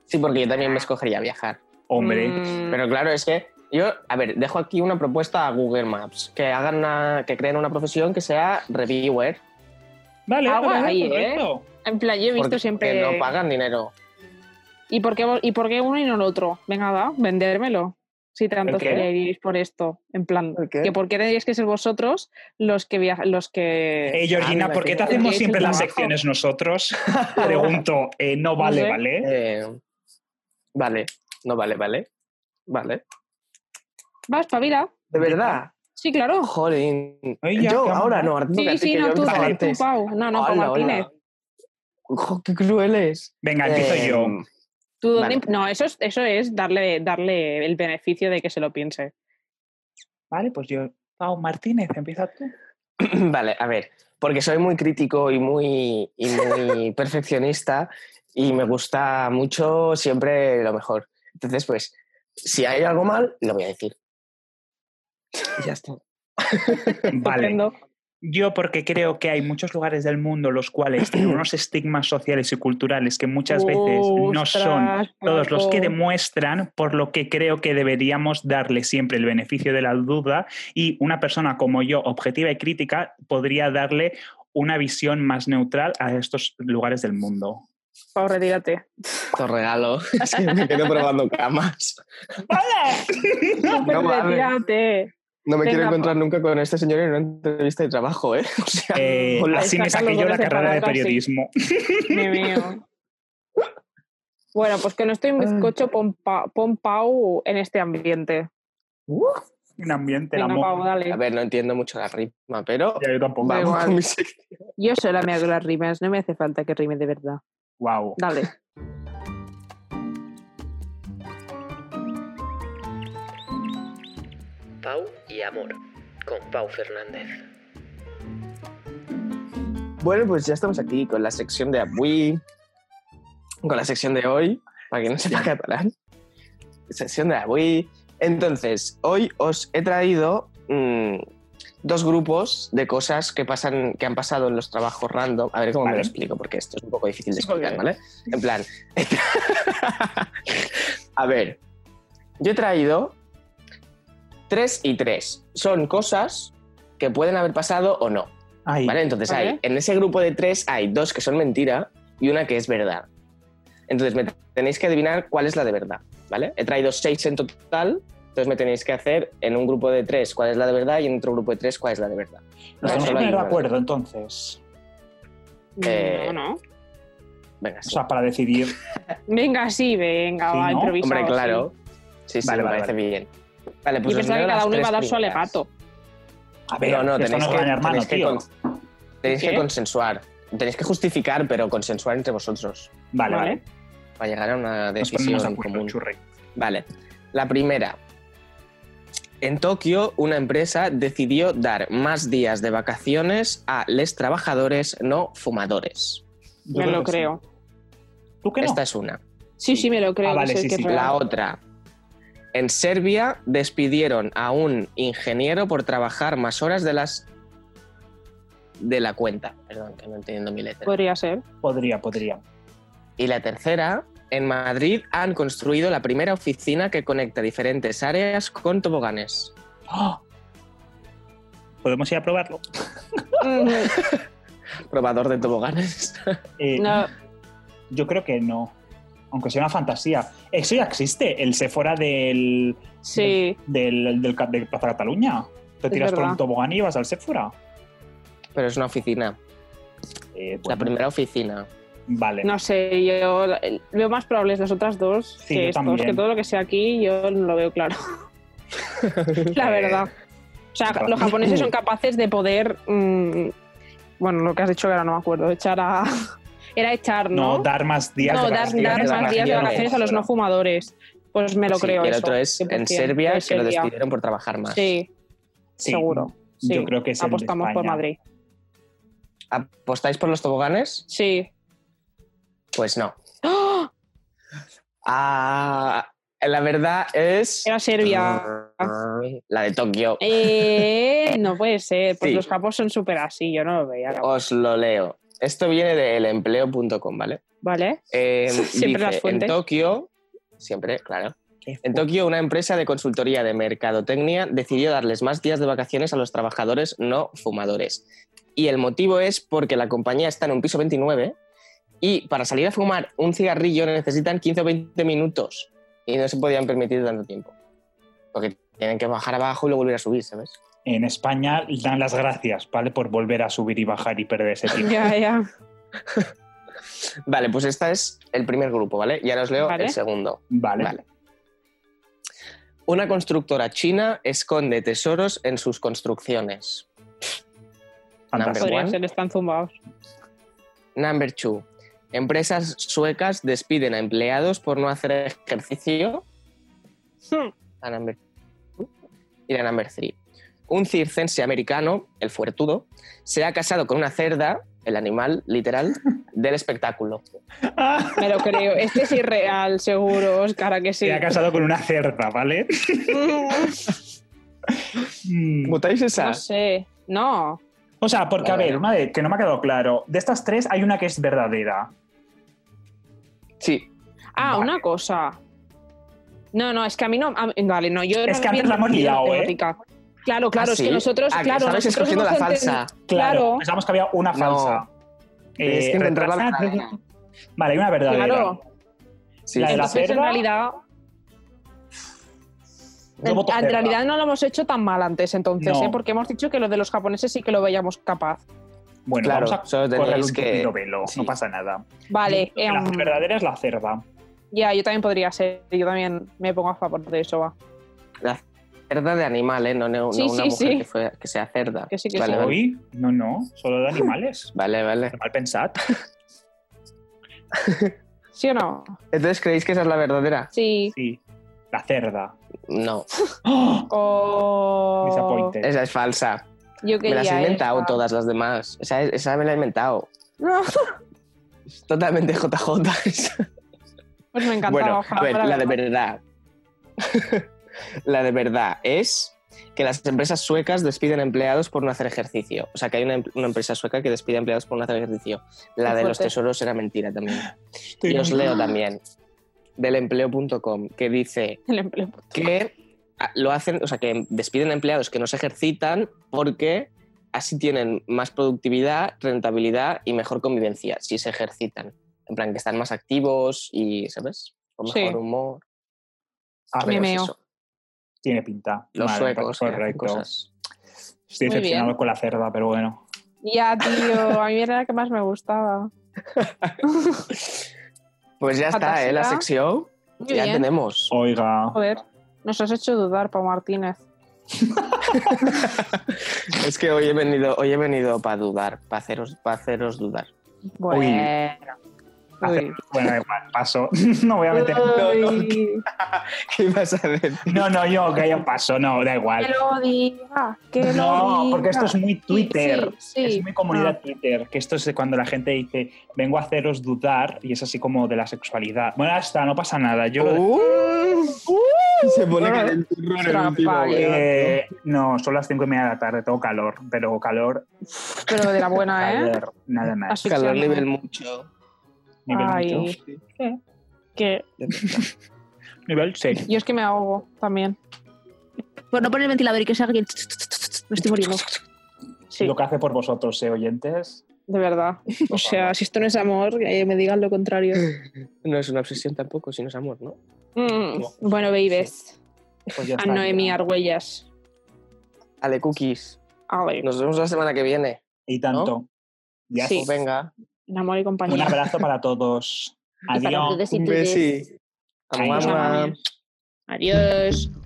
Speaker 5: Sí, porque yo también me escogería viajar.
Speaker 4: hombre.
Speaker 3: Mm,
Speaker 5: Pero claro, es que yo, a ver, dejo aquí una propuesta a Google Maps, que hagan una, que creen una profesión que sea reviewer,
Speaker 4: Vale,
Speaker 3: Agua
Speaker 4: vale,
Speaker 3: ahí, ¿eh?
Speaker 4: correcto.
Speaker 3: en plan, yo he visto
Speaker 5: porque
Speaker 3: siempre...
Speaker 5: no pagan dinero.
Speaker 3: ¿Y por, qué, vo- ¿Y por qué uno y no el otro? Venga, va, vendérmelo. Si tanto
Speaker 4: ¿El qué?
Speaker 3: queréis por esto. En plan,
Speaker 5: ¿El qué?
Speaker 3: que ¿por qué tendríais que ser vosotros los que... via- los que...
Speaker 4: Eh, Georgina,
Speaker 5: Ah,
Speaker 4: ¿por qué
Speaker 5: mira,
Speaker 4: te hacemos
Speaker 3: es
Speaker 4: siempre
Speaker 3: el
Speaker 4: las
Speaker 3: trabajo.
Speaker 4: secciones nosotros? Pregunto, eh, no vale,
Speaker 3: sé.
Speaker 4: vale.
Speaker 5: Eh, vale, no vale, vale. Vale.
Speaker 3: ¿Vas, Pavila?
Speaker 5: De verdad.
Speaker 3: Sí, claro.
Speaker 5: Jolín.
Speaker 4: Ay, ya, qué
Speaker 5: yo ahora
Speaker 4: amor.
Speaker 5: no, Arturo.
Speaker 3: Sí,
Speaker 5: que
Speaker 3: sí,
Speaker 5: yo
Speaker 3: no, tú,
Speaker 5: empezaba
Speaker 3: tú,
Speaker 5: antes.
Speaker 3: Pau. No, no, Pau
Speaker 5: Hola, hola.
Speaker 3: Martínez.
Speaker 5: Ojo, qué crueles.
Speaker 4: Venga, empiezo
Speaker 5: Eh,
Speaker 4: yo.
Speaker 3: Tú, ¿dónde
Speaker 5: Vale.
Speaker 3: imp- No, eso es, eso es darle, darle el beneficio de que se lo piense.
Speaker 4: Vale, pues yo. Pau Martínez, empieza tú.
Speaker 5: Vale, a ver, porque soy muy crítico y muy, y muy perfeccionista y me gusta mucho siempre lo mejor. Entonces, pues, si hay algo mal, lo voy a decir. Y ya está.
Speaker 4: Vale.
Speaker 3: Estupendo.
Speaker 4: Yo porque creo que hay muchos lugares del mundo los cuales tienen unos estigmas sociales y culturales que muchas veces no son
Speaker 3: Ostras,
Speaker 4: todos los que
Speaker 3: Paco.
Speaker 4: demuestran, por lo que creo que deberíamos darle siempre el beneficio de la duda y una persona como yo, objetiva y crítica, podría darle una visión más neutral a estos lugares del mundo.
Speaker 3: Pau, retírate.
Speaker 5: Esto regalo. Es que me quedo probando camas.
Speaker 3: Súper
Speaker 5: mames.
Speaker 3: retírate.
Speaker 5: No me
Speaker 3: Venga,
Speaker 5: quiero
Speaker 3: pa-
Speaker 5: encontrar nunca con este señor en una entrevista de trabajo, ¿eh? O sea,
Speaker 4: Eh,
Speaker 5: hola.
Speaker 4: así me
Speaker 3: saca los
Speaker 4: saqué yo la
Speaker 3: goles de
Speaker 4: carrera de
Speaker 3: Palanca, sí.
Speaker 4: periodismo.
Speaker 3: Me veo. Bueno, pues que no estoy en bizcocho, pon, pa- pon Pau en este ambiente.
Speaker 4: Un ambiente, el
Speaker 3: Venga, Pau,
Speaker 4: amor.
Speaker 3: dale.
Speaker 5: A ver, no entiendo mucho la rima, pero
Speaker 4: Ya, yo tampoco.
Speaker 3: Da
Speaker 5: vamos
Speaker 3: igual.
Speaker 5: con mi sección.
Speaker 3: Yo soy la mía de las rimas, no me hace falta que rime de verdad.
Speaker 4: Guau.
Speaker 3: Dale.
Speaker 7: Pau y Amor, con Pau Fernández.
Speaker 5: Bueno, pues ya estamos aquí con la sección de avui, con la sección de hoy, para que no sepa catalán. Sección de avui. Entonces, hoy os he traído mm, dos grupos de cosas que, pasan, que han pasado en los trabajos random. A ver cómo me
Speaker 4: Vale.
Speaker 5: lo explico, porque esto es un poco difícil de
Speaker 3: Sí, porque-
Speaker 5: explicar, ¿vale? En plan. A ver, yo he traído tres y tres. Son cosas que pueden haber pasado o no.
Speaker 4: Ay,
Speaker 5: ¿Vale? Entonces
Speaker 3: Vale.
Speaker 5: hay, en ese grupo de tres hay dos que son mentira y una que es verdad. Entonces me tenéis que adivinar cuál es la de verdad, ¿vale? He traído seis en total, entonces me tenéis que hacer en un grupo de tres cuál es la de verdad y en otro grupo de tres cuál es la de verdad.
Speaker 4: nos
Speaker 5: Vale,
Speaker 4: tenemos que
Speaker 5: solo hay
Speaker 4: poner de
Speaker 5: una.
Speaker 4: acuerdo entonces.
Speaker 5: Eh,
Speaker 3: Mm, No, no.
Speaker 5: Venga,
Speaker 4: O
Speaker 5: sí.
Speaker 4: sea, para decidir.
Speaker 3: Venga, sí, venga,
Speaker 4: Sí,
Speaker 3: va,
Speaker 4: ¿no?
Speaker 3: improvisado,
Speaker 5: Hombre, claro. Sí, sí,
Speaker 4: Vale,
Speaker 5: me
Speaker 4: vale,
Speaker 5: parece bien. Vale,
Speaker 3: sí.
Speaker 5: pues
Speaker 3: Yo
Speaker 5: os
Speaker 3: pensaba que
Speaker 5: leo las
Speaker 3: cada uno iba a
Speaker 5: tres
Speaker 3: dar su
Speaker 5: primeras.
Speaker 3: alegato.
Speaker 4: A ver,
Speaker 5: no, no,
Speaker 4: esto
Speaker 5: tenéis
Speaker 4: nos
Speaker 5: que,
Speaker 4: va en hermano,
Speaker 5: tenéis que
Speaker 4: tío.
Speaker 5: con- tenéis que
Speaker 3: ¿Qué?
Speaker 5: consensuar. Tenéis que justificar, pero consensuar entre vosotros
Speaker 4: Vale,
Speaker 3: Vale.
Speaker 4: vale.
Speaker 5: para llegar a una
Speaker 4: Nos ponemos de
Speaker 5: decisión
Speaker 4: acuerdo,
Speaker 5: común.
Speaker 4: churri.
Speaker 5: Vale. La primera. En Tokio, una empresa decidió dar más días de vacaciones a les trabajadores no fumadores.
Speaker 4: Yo
Speaker 3: Me
Speaker 4: creo
Speaker 3: lo
Speaker 4: que sí.
Speaker 3: creo.
Speaker 4: ¿Tú qué no?
Speaker 5: Esta es una.
Speaker 3: Sí, sí, me lo creo.
Speaker 4: Ah,
Speaker 3: que
Speaker 4: vale,
Speaker 3: soy
Speaker 4: sí,
Speaker 3: que
Speaker 4: Oh. sí,
Speaker 3: es
Speaker 5: La
Speaker 3: real.
Speaker 5: otra. En Serbia despidieron a un ingeniero por trabajar más horas de las de la cuenta. Perdón, que no entiendo mi letra.
Speaker 3: Podría ser.
Speaker 4: Podría, podría.
Speaker 5: Y la tercera, en Madrid han construido la primera oficina que conecta diferentes áreas con toboganes.
Speaker 4: ¡Ah! ¿Podemos ir a probarlo?
Speaker 3: Mm,
Speaker 5: Probador de toboganes.
Speaker 4: Eh,
Speaker 3: no,
Speaker 4: Yo creo que no. Aunque sea una fantasía. Eso ya existe, el Sephora del,
Speaker 3: sí,
Speaker 4: del, del, ca- de Plaza Cataluña. Te
Speaker 3: Es
Speaker 4: tiras por
Speaker 3: verdad.
Speaker 4: un tobogán y vas al Sephora.
Speaker 5: Pero es una oficina.
Speaker 4: Eh,
Speaker 5: La
Speaker 4: bueno,
Speaker 5: primera oficina.
Speaker 4: Vale.
Speaker 3: no sé, yo eh, veo más probables las otras dos
Speaker 4: Sí, yo
Speaker 3: que estos,
Speaker 4: también.
Speaker 3: que todo lo que sea aquí yo no lo veo claro. La verdad. O sea,
Speaker 4: Vale.
Speaker 3: los japoneses son capaces de poder. mm, bueno, lo que has dicho que ahora no me acuerdo, echar a. Era echar,
Speaker 4: No,
Speaker 3: ¿no?
Speaker 4: dar más días
Speaker 3: No,
Speaker 4: de
Speaker 3: dar,
Speaker 4: vacaciones.
Speaker 3: dar
Speaker 5: de
Speaker 3: más días de vacaciones a los no fumadores. Pues me lo
Speaker 5: Sí,
Speaker 3: creo.
Speaker 5: y el
Speaker 3: eso,
Speaker 5: otro es en
Speaker 3: 100%,
Speaker 5: Serbia,
Speaker 3: de
Speaker 5: que lo
Speaker 3: Serbia.
Speaker 5: despidieron por trabajar más.
Speaker 3: Sí,
Speaker 4: Sí,
Speaker 3: seguro. Sí.
Speaker 4: Yo creo que es el de
Speaker 3: Apostamos por
Speaker 4: España.
Speaker 3: Madrid.
Speaker 5: ¿Apostáis por los toboganes?
Speaker 3: Sí.
Speaker 5: Pues no. Ah, la verdad es...
Speaker 3: Era Serbia.
Speaker 5: Ah. La de Tokio.
Speaker 3: Eh, no puede ser. Pues
Speaker 5: Sí.
Speaker 3: los capos son súper así, yo no lo veía. la-
Speaker 5: Os lo leo. Esto viene de elempleo.com, ¿vale?
Speaker 3: ¿Vale?
Speaker 5: Eh,
Speaker 3: Siempre
Speaker 5: dice,
Speaker 3: las
Speaker 5: en
Speaker 3: fuentes.
Speaker 5: Tokio, siempre, claro.
Speaker 4: Qué
Speaker 5: En Tokio, una empresa de consultoría de mercadotecnia decidió darles más días de vacaciones a los trabajadores no fumadores. Y el motivo es porque la compañía está en un piso 29 y para salir a fumar un cigarrillo necesitan 15 o 20 minutos y no se podían permitir tanto tiempo. Porque tienen que bajar abajo y luego volver a subir, ¿sabes?
Speaker 4: En España dan las gracias, ¿vale? Por volver a subir y bajar y perder ese tiempo.
Speaker 3: Ya, ya.
Speaker 5: Vale, pues este es el primer grupo, ¿vale? Ya os leo
Speaker 3: Vale.
Speaker 5: el segundo.
Speaker 4: Vale.
Speaker 5: Vale. Una constructora china esconde tesoros en sus construcciones.
Speaker 4: Fantástico.
Speaker 5: Number
Speaker 3: Podría
Speaker 5: one.
Speaker 3: ser, están zumbados.
Speaker 5: Number two. Empresas suecas despiden a empleados por no hacer ejercicio.
Speaker 3: Hmm.
Speaker 5: La number two. Y la number three. Un circense americano, el fuertudo, se ha casado con una cerda, el animal literal, del espectáculo.
Speaker 3: Me lo creo. Este es irreal, seguro, Oscar, ¿a que sí.
Speaker 4: Se ha casado con una cerda, ¿vale?
Speaker 3: Mm.
Speaker 4: Mm.
Speaker 5: ¿Votáis esa?
Speaker 3: No sé. No.
Speaker 4: O sea, porque, a
Speaker 5: Vale.
Speaker 4: ver, una de que no me ha quedado claro. De estas tres, hay una que es verdadera.
Speaker 5: Sí.
Speaker 3: Ah,
Speaker 4: Vale.
Speaker 3: una cosa. No, no, es que a mí no. a- vale, no, yo.
Speaker 4: Es
Speaker 3: no
Speaker 4: que antes la hemos
Speaker 3: pienso
Speaker 4: liado, ¿eh?
Speaker 3: erótica. Claro, claro,
Speaker 5: ¿Ah,
Speaker 3: es
Speaker 5: sí?
Speaker 3: que nosotros.
Speaker 5: Ah, que
Speaker 3: claro,
Speaker 5: estabais
Speaker 3: nosotros
Speaker 5: escogiendo
Speaker 3: hemos
Speaker 5: la
Speaker 3: entendido-
Speaker 5: falsa.
Speaker 4: Claro.
Speaker 3: Claro.
Speaker 4: Pensamos que había una
Speaker 5: No.
Speaker 4: falsa.
Speaker 5: Tenéis
Speaker 4: Eh,
Speaker 5: que encontrar la
Speaker 4: retrasar-
Speaker 5: verdadera.
Speaker 4: Vale, hay una verdadera.
Speaker 3: Claro.
Speaker 5: Sí,
Speaker 4: La de la
Speaker 5: sí, sí.
Speaker 3: Entonces, en
Speaker 4: perra.
Speaker 3: realidad,
Speaker 4: Yo
Speaker 3: en,
Speaker 4: voto
Speaker 3: en
Speaker 4: perra.
Speaker 3: realidad no lo hemos hecho tan mal antes, entonces,
Speaker 4: No.
Speaker 3: ¿eh? porque hemos dicho que lo de los japoneses sí que lo veíamos capaz.
Speaker 4: Bueno,
Speaker 5: Claro,
Speaker 4: vamos a
Speaker 5: solo tenéis
Speaker 4: correr un
Speaker 5: que-
Speaker 4: tupido velo.
Speaker 5: sí.
Speaker 4: No pasa nada.
Speaker 3: Vale,
Speaker 4: Yo creo que
Speaker 3: em,
Speaker 4: La verdadera es la cerda.
Speaker 3: ya, yo también podría ser, yo también me pongo a favor de eso, va.
Speaker 5: La cerda de animal, ¿eh? No, no- no
Speaker 3: Sí,
Speaker 5: una
Speaker 3: sí,
Speaker 5: mujer
Speaker 3: sí.
Speaker 5: Que, fue- que sea cerda.
Speaker 3: Que sí, que
Speaker 5: vale,
Speaker 3: sí.
Speaker 5: Vale,
Speaker 4: Hoy, no, no, solo de animales.
Speaker 5: vale, vale.
Speaker 4: Qué mal pensad.
Speaker 3: ¿Sí o no?
Speaker 5: Entonces, ¿creéis que esa es la verdadera?
Speaker 3: Sí.
Speaker 4: Sí, la cerda.
Speaker 5: No,
Speaker 4: ¡Oh!
Speaker 3: O...
Speaker 4: Disappointed.
Speaker 5: esa es falsa.
Speaker 3: Yo
Speaker 5: Me
Speaker 3: quería
Speaker 5: las he inventado
Speaker 3: esa.
Speaker 5: todas las demás. Esa, esa me la he inventado.
Speaker 3: No,
Speaker 5: Es totalmente JJ. esa.
Speaker 3: pues me encantaba.
Speaker 5: Bueno,
Speaker 3: ojalá
Speaker 5: a ver,
Speaker 3: fuera
Speaker 5: la de
Speaker 3: verdad.
Speaker 5: verdad. la de verdad es que las empresas suecas despiden empleados por no hacer ejercicio. O sea, que hay una, em- una empresa sueca que despide empleados por no hacer ejercicio. La
Speaker 3: Qué
Speaker 5: de los
Speaker 3: fuerte.
Speaker 5: tesoros era mentira también.
Speaker 4: Estoy
Speaker 5: Y os
Speaker 4: muy-
Speaker 5: leo también del empleo.com que dice
Speaker 3: El empleo.
Speaker 5: que ah, lo hacen, o sea, que despiden empleados que no se ejercitan porque así tienen más productividad, rentabilidad y mejor convivencia si se ejercitan. En plan, que están más activos y, ¿sabes? Con
Speaker 3: Sí.
Speaker 5: mejor humor. Ah,
Speaker 4: A ver,
Speaker 3: Me meo.
Speaker 5: eso.
Speaker 4: tiene pinta.
Speaker 5: Los
Speaker 4: Vale, pues
Speaker 5: suecos. que hacen
Speaker 4: Correcto.
Speaker 5: cosas.
Speaker 4: Estoy
Speaker 3: Muy
Speaker 4: decepcionado
Speaker 3: bien.
Speaker 4: con la cerda, pero bueno.
Speaker 3: Ya, tío, a mí era la que más me gustaba.
Speaker 5: Pues ya está, ¿eh? La
Speaker 3: Fantasía.
Speaker 5: sección
Speaker 3: Muy
Speaker 5: ya
Speaker 3: bien.
Speaker 5: tenemos.
Speaker 4: Oiga.
Speaker 3: Joder, nos has hecho dudar, Pau Martínez.
Speaker 5: Es que hoy he venido, hoy he venido para dudar, para haceros, para haceros dudar.
Speaker 3: Bueno.
Speaker 4: hacer-
Speaker 3: Uy.
Speaker 4: Bueno, da igual, paso. No voy a meter.
Speaker 3: Ah. Uy,
Speaker 5: ¿Qué vas a decir?
Speaker 4: No, no, yo, que haya paso. No, da
Speaker 3: Que
Speaker 4: igual.
Speaker 3: lo diga, que lo
Speaker 4: No,
Speaker 3: diga.
Speaker 4: porque esto es muy Twitter.
Speaker 3: Sí, sí, Ah.
Speaker 4: Es muy comunidad Twitter, que esto es de cuando la gente dice, vengo a haceros dudar, y es así como de la sexualidad. Bueno, hasta no pasa nada. Yo lo dejo.
Speaker 5: Uh. se pone
Speaker 3: Ah.
Speaker 5: calenturro en el último.
Speaker 3: Trampa,
Speaker 5: eh.
Speaker 4: Eh, no, son las cinco y media de la tarde, tengo calor, pero calor,
Speaker 3: Ah, Pero de la buena, ¿eh?
Speaker 4: ayer, nada más.
Speaker 3: Asfixiante.
Speaker 5: Calor nivel mucho.
Speaker 4: Nivel,
Speaker 3: Ay.
Speaker 4: mucho.
Speaker 3: Que
Speaker 4: nivel seis.
Speaker 3: yo es que me ahogo también.
Speaker 6: Por no poner el ventilador y que se haga que... Me estoy muriendo.
Speaker 3: Sí,
Speaker 4: Lo que hace por vosotros, eh, oyentes.
Speaker 3: de verdad. O sea, si esto no es amor, que me digan lo contrario.
Speaker 5: No es una obsesión tampoco, sino es amor, ¿no?
Speaker 3: Mm, bueno, babies.
Speaker 4: Pues ya
Speaker 3: A
Speaker 4: está.
Speaker 3: Noemi Argüelles.
Speaker 5: Ale Cookies.
Speaker 3: Ale.
Speaker 5: Nos vemos la semana que viene.
Speaker 4: Y tanto. Ya
Speaker 3: Sí.
Speaker 5: Pues venga.
Speaker 3: En amor y
Speaker 4: Un
Speaker 3: compañía.
Speaker 4: abrazo para todos.
Speaker 6: Y para
Speaker 4: Adiós.
Speaker 6: los
Speaker 5: Un
Speaker 6: besitos.
Speaker 5: besi.
Speaker 4: Ay,
Speaker 5: Mua, mua.
Speaker 3: Adiós.